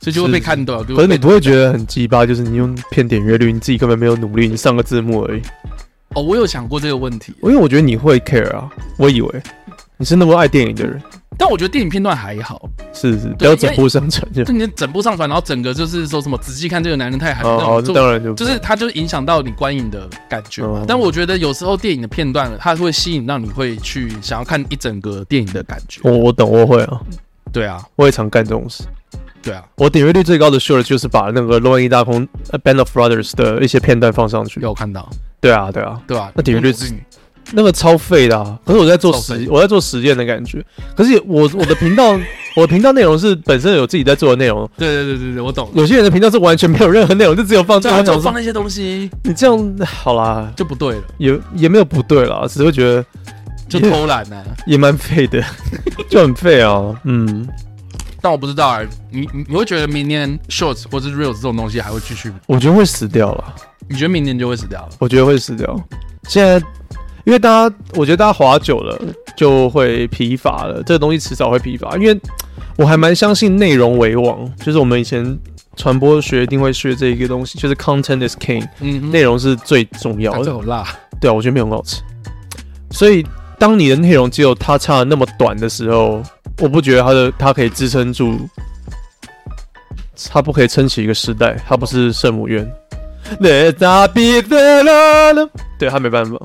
所以就会被
是
看到。就
可是
被
你不会觉得很鸡巴，就是你用骗点阅率，你自己根本没有努力，你上个字幕而已。
哦，我有想过这个问题，
因为我觉得你会 care 啊，我以为你是那么爱电影的人，
但我觉得电影片段还好。
是是，不要整
因
部上传就
就你整部上传，然后整个就是说什么仔细看这个男人太狠，那
哦哦，
种做
那当然就
就是它就影响到你观影的感觉嘛
嗯。
但我觉得有时候电影的片段，它会吸引让你会去想要看一整个电影的感觉。
我我懂，我会啊，
对啊，
我也常干这种事。
对啊，
我点阅率最高的 short 就是把那个《乱一大空》呃《Band of Brothers》的一些片段放上去。
有看到，
对啊，对啊，
对吧？
那点阅率
是
那个超废的、啊。可是我在做
超
实
废，
我在做实验的感觉。可是我我的频道， 我的频道内容是本身有自己在做的内容。
对对对对对，我懂。
有些人的频道是完全没有任何内容，就只有放这
对
种
啊，
讲
就放
说
那些东西
你这样好啦，
就不对了，
也也没有不对啦，只会觉得
就
也
偷懒啊呢。
也蛮废的， 就很废啊。嗯，
但我不知道啊，你你你会觉得明年 shorts 或是 reels 这种东西还会继续？
我觉得会死掉了。
你觉得明年就会死掉了？
我觉得会死掉。现在，因为大家，我觉得大家滑久了就会疲乏了，这个东西迟早会疲乏。因为我还蛮相信内容为王，就是我们以前传播学一定会学这一个东西，就是 content is king，
嗯，
内容是最重要
啊这
的。
好辣，
对啊，我觉得没有很好吃。所以，当你的内容只有它差的那么短的时候，我不觉得它的它可以支撑住，它不可以撑起一个时代，它不是圣母院。Let that be the love 对他没办法，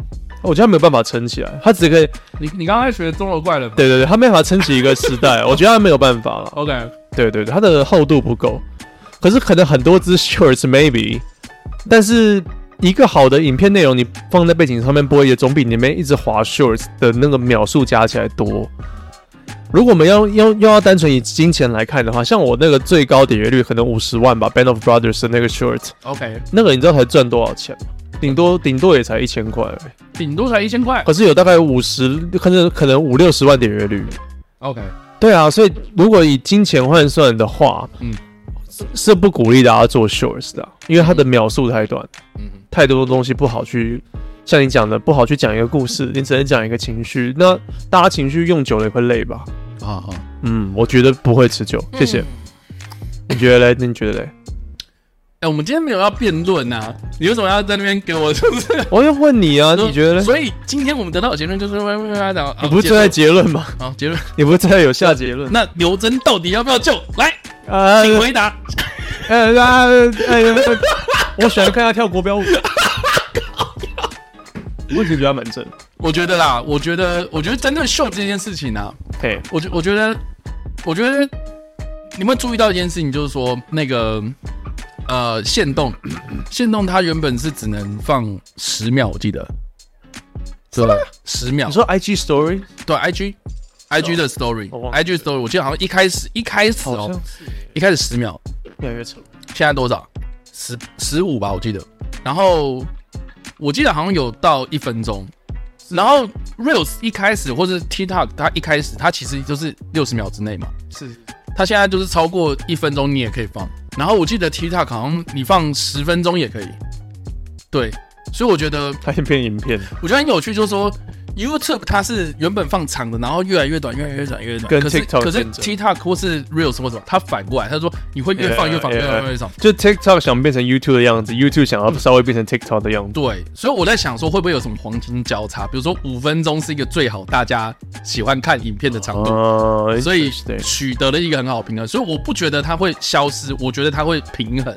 我觉得他没有办法撑起来，他只可以，
你你刚才学中楼怪人吗
对对对，他没办法撑起一个时代，我觉得他没有办法了。
，OK，
对对对，它的厚度不够。可是可能很多只 shorts maybe，但是一个好的影片内容你放在背景上面播，也总比你们一直滑 shorts 的那个秒数加起来多。如果我们要要要要单纯以金钱来看的话，像我那个最高点阅率可能五十万吧，Band of Brothers 的那个 shorts，
OK，
那个你知道才赚多少钱吗？顶多顶多也才一千块而已，
顶多才一千块
可是有大概五十，可能可能五六十万点阅率。
，OK，
对啊，所以如果以金钱换算的话，嗯
嗯，
是不鼓励大家做 shorts 的啊，因为它的秒数太短，
嗯，
太多东西不好去，像你讲的不好去讲一个故事，你只能讲一个情绪，那大家情绪用久了也会累吧？
啊啊，
嗯，我觉得不会持久。谢谢，你觉得嘞？你觉得嘞？
哎，我们今天没有要辩论呐，你为什么要在那边给我就是？
我要问你啊，你觉得嘞？
所以今天我们得到的结论就是，喂喂喂，讲，
你不是最爱结论吗？
好结论？
你不是最爱有下结论？
那刘真到底要不要救？来，
啊
请回答。
呃呃呃，呃我喜欢看他跳国标舞。我也觉得他蛮正的，
我觉得啦，我觉得，我觉得针对秀这件事情啊，
嘿，
我觉我觉得，我觉得你们注意到一件事情，就是说那个呃，限动，
嗯
限动它原本是只能放十秒，我记得，对，十秒
你。说 IG Story
对，IG。I G 的
我忘记
story，IG story，我记得好像一开始一开始
好
哦
像，是
一开始十秒，
越来越丑。
现在多少？十十五吧，我记得。然后我记得好像有到一分钟。然后 Reels 一开始或是 TikTok，它一开始它其实就是六十秒之内嘛，
是
它现在就是超过一分钟你也可以放。然后我记得 TikTok 好像你放十分钟也可以。对，所以我觉得
它也变影片，
我觉得很有趣，就是说 YouTube 它是原本放长的，然后越来越短，越来越短，越来越短。
跟
可是
TikTok
可是
竞争
TikTok 或是 Reels 或什么，它反过来，它说你会越放越放，越放越长。
就 TikTok 想变成 YouTube 的样子，YouTube 想要稍微变成 TikTok 的样子。
对，所以我在想说，会不会有什么黄金交叉？比如说五分钟是一个最好大家喜欢看影片的长度，
哦，
所以
对，
取得了一个很好的平衡。所以我不觉得它会消失，我觉得它会平衡，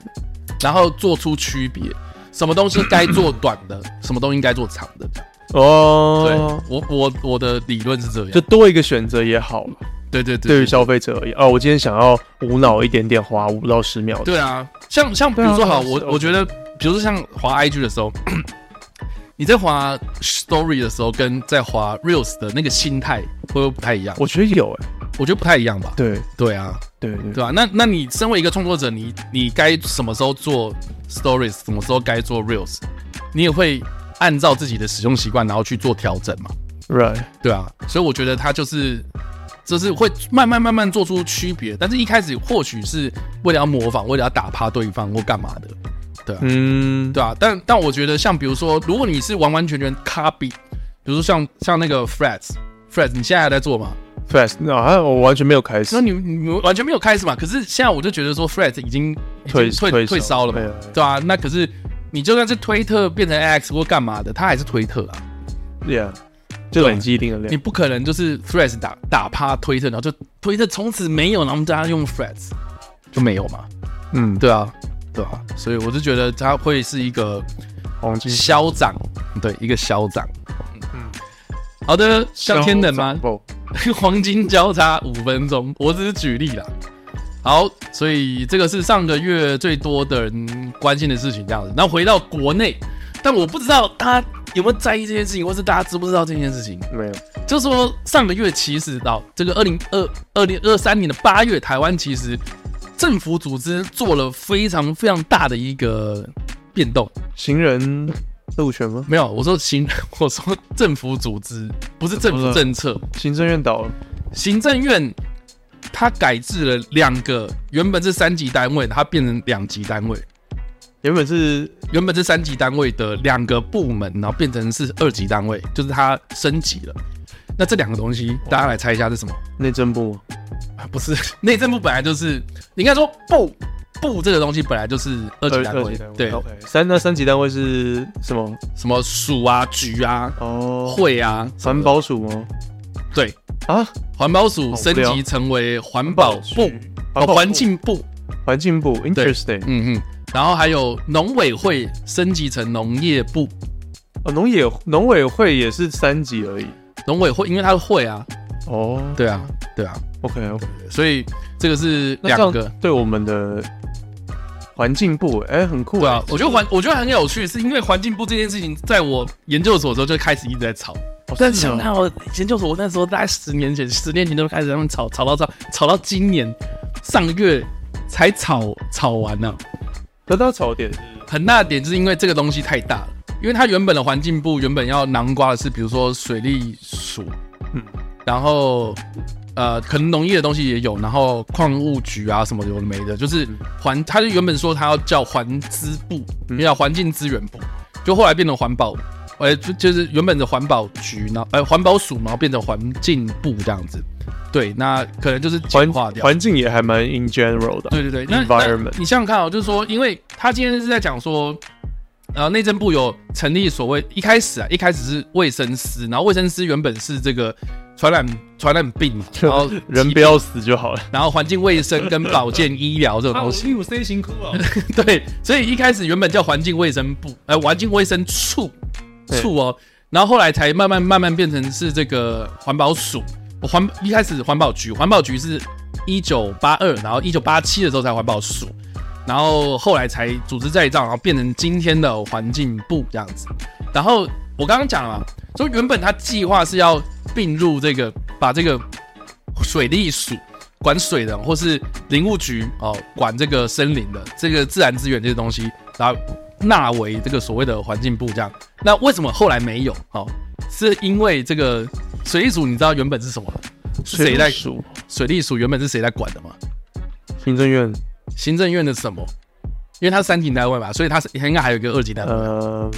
然后做出区别，什么东西该做短的，什么东西该做长的。对
哦，，
我我我的理论是这样
就。多一个选择也好嘛。
对对
对于
对，
消费者而言，哦，我今天想要无脑一点点花五到十秒的，
对啊，像像比如
对
说
啊
好，
是
我
OK
我觉得，比如说像滑 IG 的时候， 你在滑 Story 的时候，跟在滑 Reels 的那个心态会不会不太一样？
我觉得有哎，
我觉得不太一样吧？
对
对啊，
对对
对啊。那那你身为一个创作者，你你该什么时候做 stories，什么时候该做 reels，你也会按照自己的使用习惯，然后去做调整嘛？
，right，
对啊，所以我觉得它就是就是会慢慢慢慢做出区别，但是一开始或许是为了要模仿，为了要打趴对方或干嘛的，对啊。
嗯，
对啊，但但我觉得像比如说，如果你是完完全全 copy，比如说像像那个 Freds，Freds，你现在还在做吗？
fast，那啊我完全没有开始
那，你你完全没有开始嘛？可是现在我就觉得说，Fred 已经已经
退
退
退烧
退烧了
对
嘛
啊，
对啊，那可是你就算是推特变成 X 或干嘛的，它还是推特啊。
，Yeah，就累积一定的
你
量。
不可能就是 Threads 打打趴推特，然后就推特从此没有，然后我们大家用 Threads 就没有嘛？
嗯，对，
对啊，对啊，所以我就觉得它会是一个
黄金
消长，对，一个消长。嗯，好的，像天冷吗？
不，
黄金交叉五分钟，我只是举例啦。好，所以这个是上个月最多的人关心的事情，这样子。那回到国内，但我不知道大家有没有在意这件事情，或是大家知不知道这件事情。
没有，
就说上个月其实到这个二零二二零二三年的八月，台湾其实政府组织做了非常非常大的一个变动。
行人路权吗？
没有，我说行， 我说政府组织不是政府政策，
行政院倒了，
行政院它改制了两个，原本是三级单位，它变成两级单位。
原本是
原本是三级单位的两个部门，然后变成是二级单位，就是它升级了。那这两个东西，大家来猜一下是什么？
内政部吗？
啊不是 内政部本来就是，应该说部部这个东西本来就是二级单位，对，
OK 三那三级单位是什么？
什么署啊、局啊、
哦，
会啊，什
环
么的
保署吗？
对，
啊，
环保署升
好
级
无聊
成为环保部、
环
哦
保
环
部
境部，
环境部
对
，Interesting。
嗯嗯，然后还有农委会升级成农业部，
哦，农野农委会也是三级而已。
农委会因为它是会啊，
哦，
对啊，对啊，
，OK OK。
所以这个是
那
两
这
个
样。对我们的环境部，哎、很酷
对
哎、
啊，我觉得环我觉得很有趣，是因为环境部这件事情，在我研究所的时候就开始一直在吵。
哦
但想到我研究所，我那时候大概十年前、十年前就开始他们吵，吵到吵，吵到今年上个月才吵吵完啊呢、
得到槽点是
很大的点就是因为这个东西太大了，因为它原本的环境部原本要囊括的是，比如说水利署，嗯
嗯，
然后呃，可能农业的东西也有，然后矿务局啊什么有的没的，就是环，它就原本说它要叫环资部，也叫环境资源部，就后来变成环保，呃，就就是原本的环保局，然后呃环保署，然后变成环境部这样子，对，那可能就是简
环
化掉。
环境也还蛮 in general 的，
对对对，那
environment
那你想想看哦，就是说，因为他今天是在讲说，呃，内政部有成立所谓一开始啊，一开始是卫生司，然后卫生司原本是这个传染传染病嘛，然后
人
疾
不
病，
要死就好了。
然后环境卫生跟保健医疗这种东西，
六 C 型酷啊，
对，所以一开始原本叫环境卫生部，呃，环境卫生处
对
处哦，然后后来才慢慢慢慢变成是这个环保署，环一开始环保局，环保局是一九八二，然后一九八七的时候才环保署，然后后来才组织再造，然后变成今天的环境部这样子。然后我刚刚讲了嘛，说原本他计划是要并入这个，把这个水利署哦管水的，或是林务局哦管这个森林的这个自然资源这些东西，然后纳为这个所谓的环境部这样。那为什么后来没有？哦，是因为这个水利署，你知道原本是什么？是谁在
数？
水利署原本是谁在管的吗？
行政院，
行政院的什么？因为它是三级单位嘛，所以它是应该还有一个二级单位，
呃，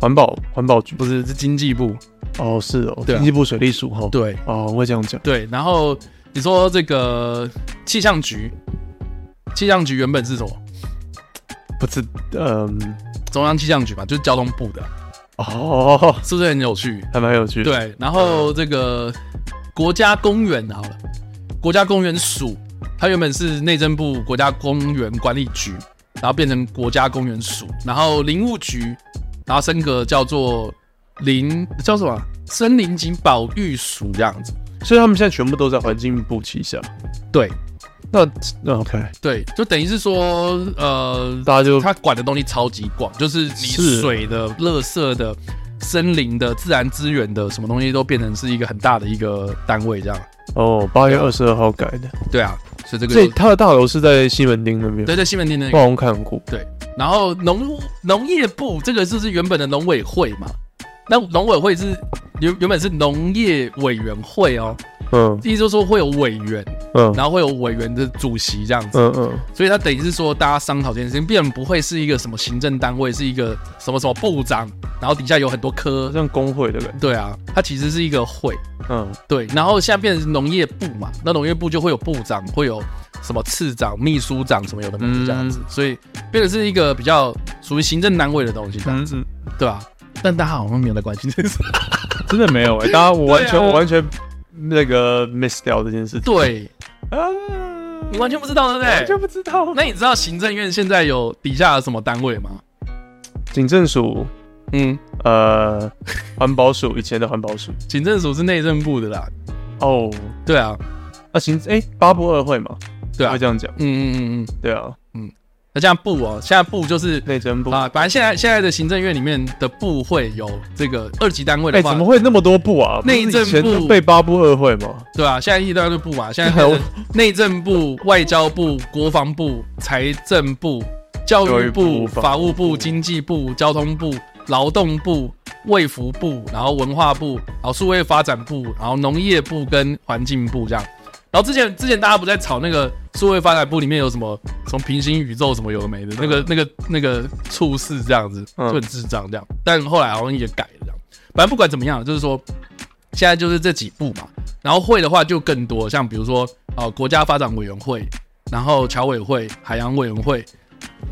环保环保局
不是是经济部。
哦，是哦，
对啊
经济部水利署哈，
对
哦，我会这样讲，
对，然后你说这个气象局，气象局原本是什么？
不是，嗯、
中央气象局嘛，就是交通部的，
哦，
是不是很有趣？
还蛮有趣的，
对，然后这个国家公园好了，国家公园署，它原本是内政部国家公园管理局，然后变成国家公园署，然后林务局，然后升格叫做林叫什么啊森林及保育署这样子。
所以他们现在全部都在环境部旗下。
对
那那 OK，
对，就等于是说，呃，
大家就
它管的东西超级广，就是你
是
水的、垃圾的、森林的、自然资源的什么东西都变成是一个很大的一个单位这样。
哦，八月二十二号改的，
对啊，所以这个
所以哦
就
他的大楼是在西门町那边，
对对，西门町那
我
个
好像看过。
对，然后农农业部这个就是原本的农委会嘛，那农委会是原原本是农业委员会哦，
嗯
意思就是说会有委员，
嗯
然后会有委员的主席这样子，
嗯嗯，
所以他等于是说大家商讨这件事情，变不会是一个什么行政单位，是一个什么什么部长，然后底下有很多科
好，像工会的感觉。
对啊，它其实是一个会，
嗯
对，然后现在变成农业部嘛，那农业部就会有部长，会有什么次长、秘书长什么有的没的这样子，所以变得是一个比较属于行政单位的东西这样
嗯嗯，
对吧、但大家好像没有在关心这件事。
真的没有哎、大家我完全、
对啊
我完全那个 miss 掉这件事情
对
啊，
你完全不知道，对不
完
对
全？不知道。
那你知道行政院现在有底下有什么单位吗？
警政署
嗯，
呃，环保署以前的环保署
行政署是内政部的啦。
哦，
对啊，
啊行，哎、八部二会嘛，
对啊
会，这样讲，
嗯嗯嗯嗯。
对啊，
那这样部哦，现在部就是
内政部，哎、
啊，反正现在现在的行政院里面的部会有这个二级单位的话，
怎么会那么多部啊？不是
内政部
以前都被八部二会吗？
对啊，现在一大堆部嘛，现在变成内政部、外交部、国防部、财政部、教育
教育部
部、
法
法
务
务
部
部、经济部、交通部、劳动部、卫福部，然后文化部，然后数位发展部，然后农业部跟环境部这样。然后之前之前大家不在吵那个数位发展部里面有什么什么平行宇宙什么有的没的，那个那个那个处事这样子，
嗯
就很智障这样。但后来好像也改了这样。反正不管怎么样，就是说现在就是这几步嘛。然后会的话就更多，像比如说呃国家发展委员会，然后侨委会、海洋委员会、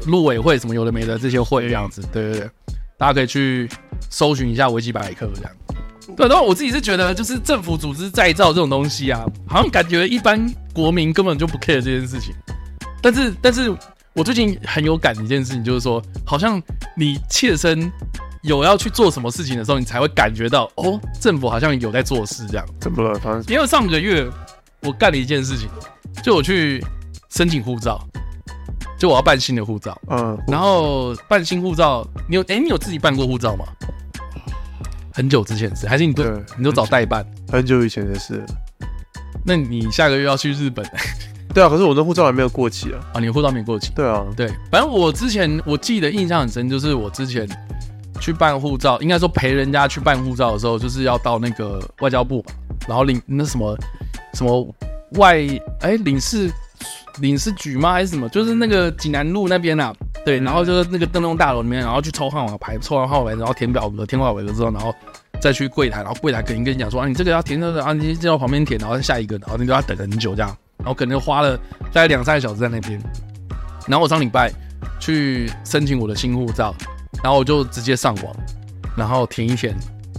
陆委会什么有的没的这些会这样子，对对对，大家可以去搜寻一下维基百科这样。对，然后我自己是觉得，就是政府组织再造这种东西啊，好像感觉一般国民根本就不 care 这件事情。但是，但是我最近很有感的一件事情，就是说，好像你切身有要去做什么事情的时候，你才会感觉到，哦，政府好像有在做事这样。
怎么了？反正
因为上个月我干了一件事情，就我去申请护照，就我要办新的护照，
嗯，
然后办新护照，你有哎、你有自己办过护照吗？很久之前是，还是你都
对
你都找代办？
很久以前的事了。
那你下个月要去日本
对啊，可是我的护照还没有过期啊。
啊？你的护照没过期？
对啊，
对，反正我之前我记得印象很深，就是我之前去办护照，应该说陪人家去办护照的时候，就是要到那个外交部嘛，然后领那什么什么外哎、领事领事局吗还是什么，就是那个济南路那边啊，对，然后就是那个灯笼大楼里面，然后去抽号码牌，抽完号码牌，然后填表格，填号码格之后，然后。再去柜台，然后柜台可能跟你讲说啊，你这个要填这个啊，你就到旁边填，然后下一个，然后你就要等很久这样，然后可能就花了大概两三个小时在那边。然后我上礼拜去申请我的新护照，然后我就直接上网，然后填一填，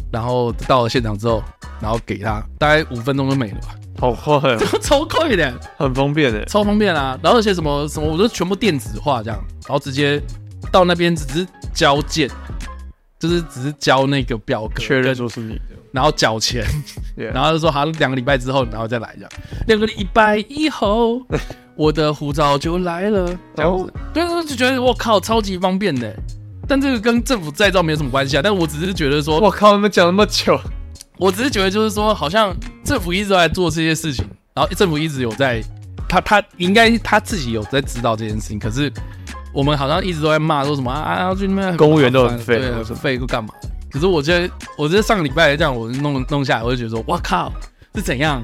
然后到了现场之后，然后给他，大概五分钟就没了吧，
好快、啊，
超快的，
很方 便诶、
超方便啦、然后而且什么什么，我都全部电子化这样，然后直接到那边只是交件，就是只是交那个表格，
确认说是你的，
然后缴钱，
对
然后就说好两个礼拜之后，然后再来这样。两个礼拜以后，我的护照就来了。这样子，对，我就觉得我靠，超级方便的。但这个跟政府再造没有什么关系啊。但我只是觉得说，
我靠，你们讲那么 久，
我只是觉得就是说，好像政府一直都在做这些事情，然后政府一直有在，他他应该他自己有在知道这件事情，可是我们好像一直都在骂说什么啊啊，要去那边很麻烦
公务员都很废
对，
或者
很
什么
废又干嘛？可是我觉得，我觉得上个礼拜这样我弄弄下来，我就觉得说，哇靠，是怎样？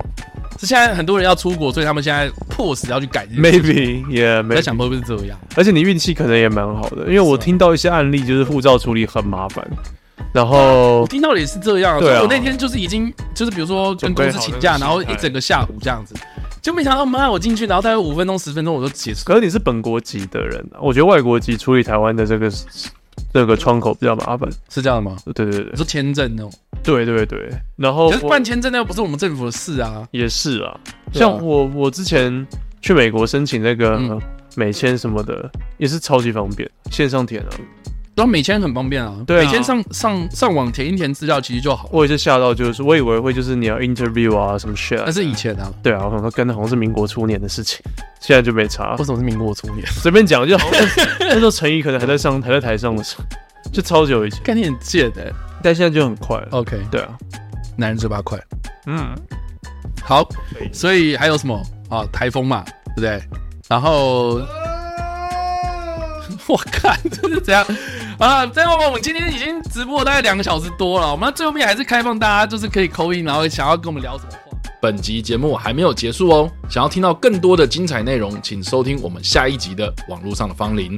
是现在很多人要出国，所以他们现在迫使要去改这件事情。
Maybe 也、
我
没
在，想会不会是这样？
而且你运气可能也蛮好的，因为我
是啊
听到一些案例，就是护照处理很麻烦，然
我
后
听到的也是这样，
对
所
啊
以我那天就是已经就是比如说跟公司请假，然
准备好那
后
个心态
一整个下午这样子，就没想到妈我进去，然后大概五分钟十分钟我就结束。
可是你是本国籍的人、啊，我觉得外国籍处理台湾的这个这个窗口比较麻烦。
是这样的吗？
对对对
你说签证哦，
对对对，然后
可是
我
办签证那又不是我们政府的事啊。
也是啊，
对啊
像我我之前去美国申请那个
嗯
美签什么的，也是超级方便，线上填啊，
然后美签很方便啊，
对啊
美签上上上网填一填资料其实就好。
我也是吓到，就是我以为会就是你要 interview 啊什么 shit，啊
但是以前啊，
对啊，我想说跟好像是民国初年的事情，现在就没查
为，什么是民国 初年？
随便讲就好像 那时候陈怡可能还在上还在台上的时候，就超久以前，
概念很贱的、
但现在就很快了。
OK，
对啊，
男人嘴巴快。
嗯，
好，所以还有什么啊？台风嘛，对不对？然后， 我看这是怎样啊？但我们今天已经直播大概两个小时多了，我们最后面还是开放大家就是可以扣音，然后想要跟我们聊什么话。
本集节目还没有结束哦，想要听到更多的精彩内容，请收听我们下一集的《网络上的芳龄》。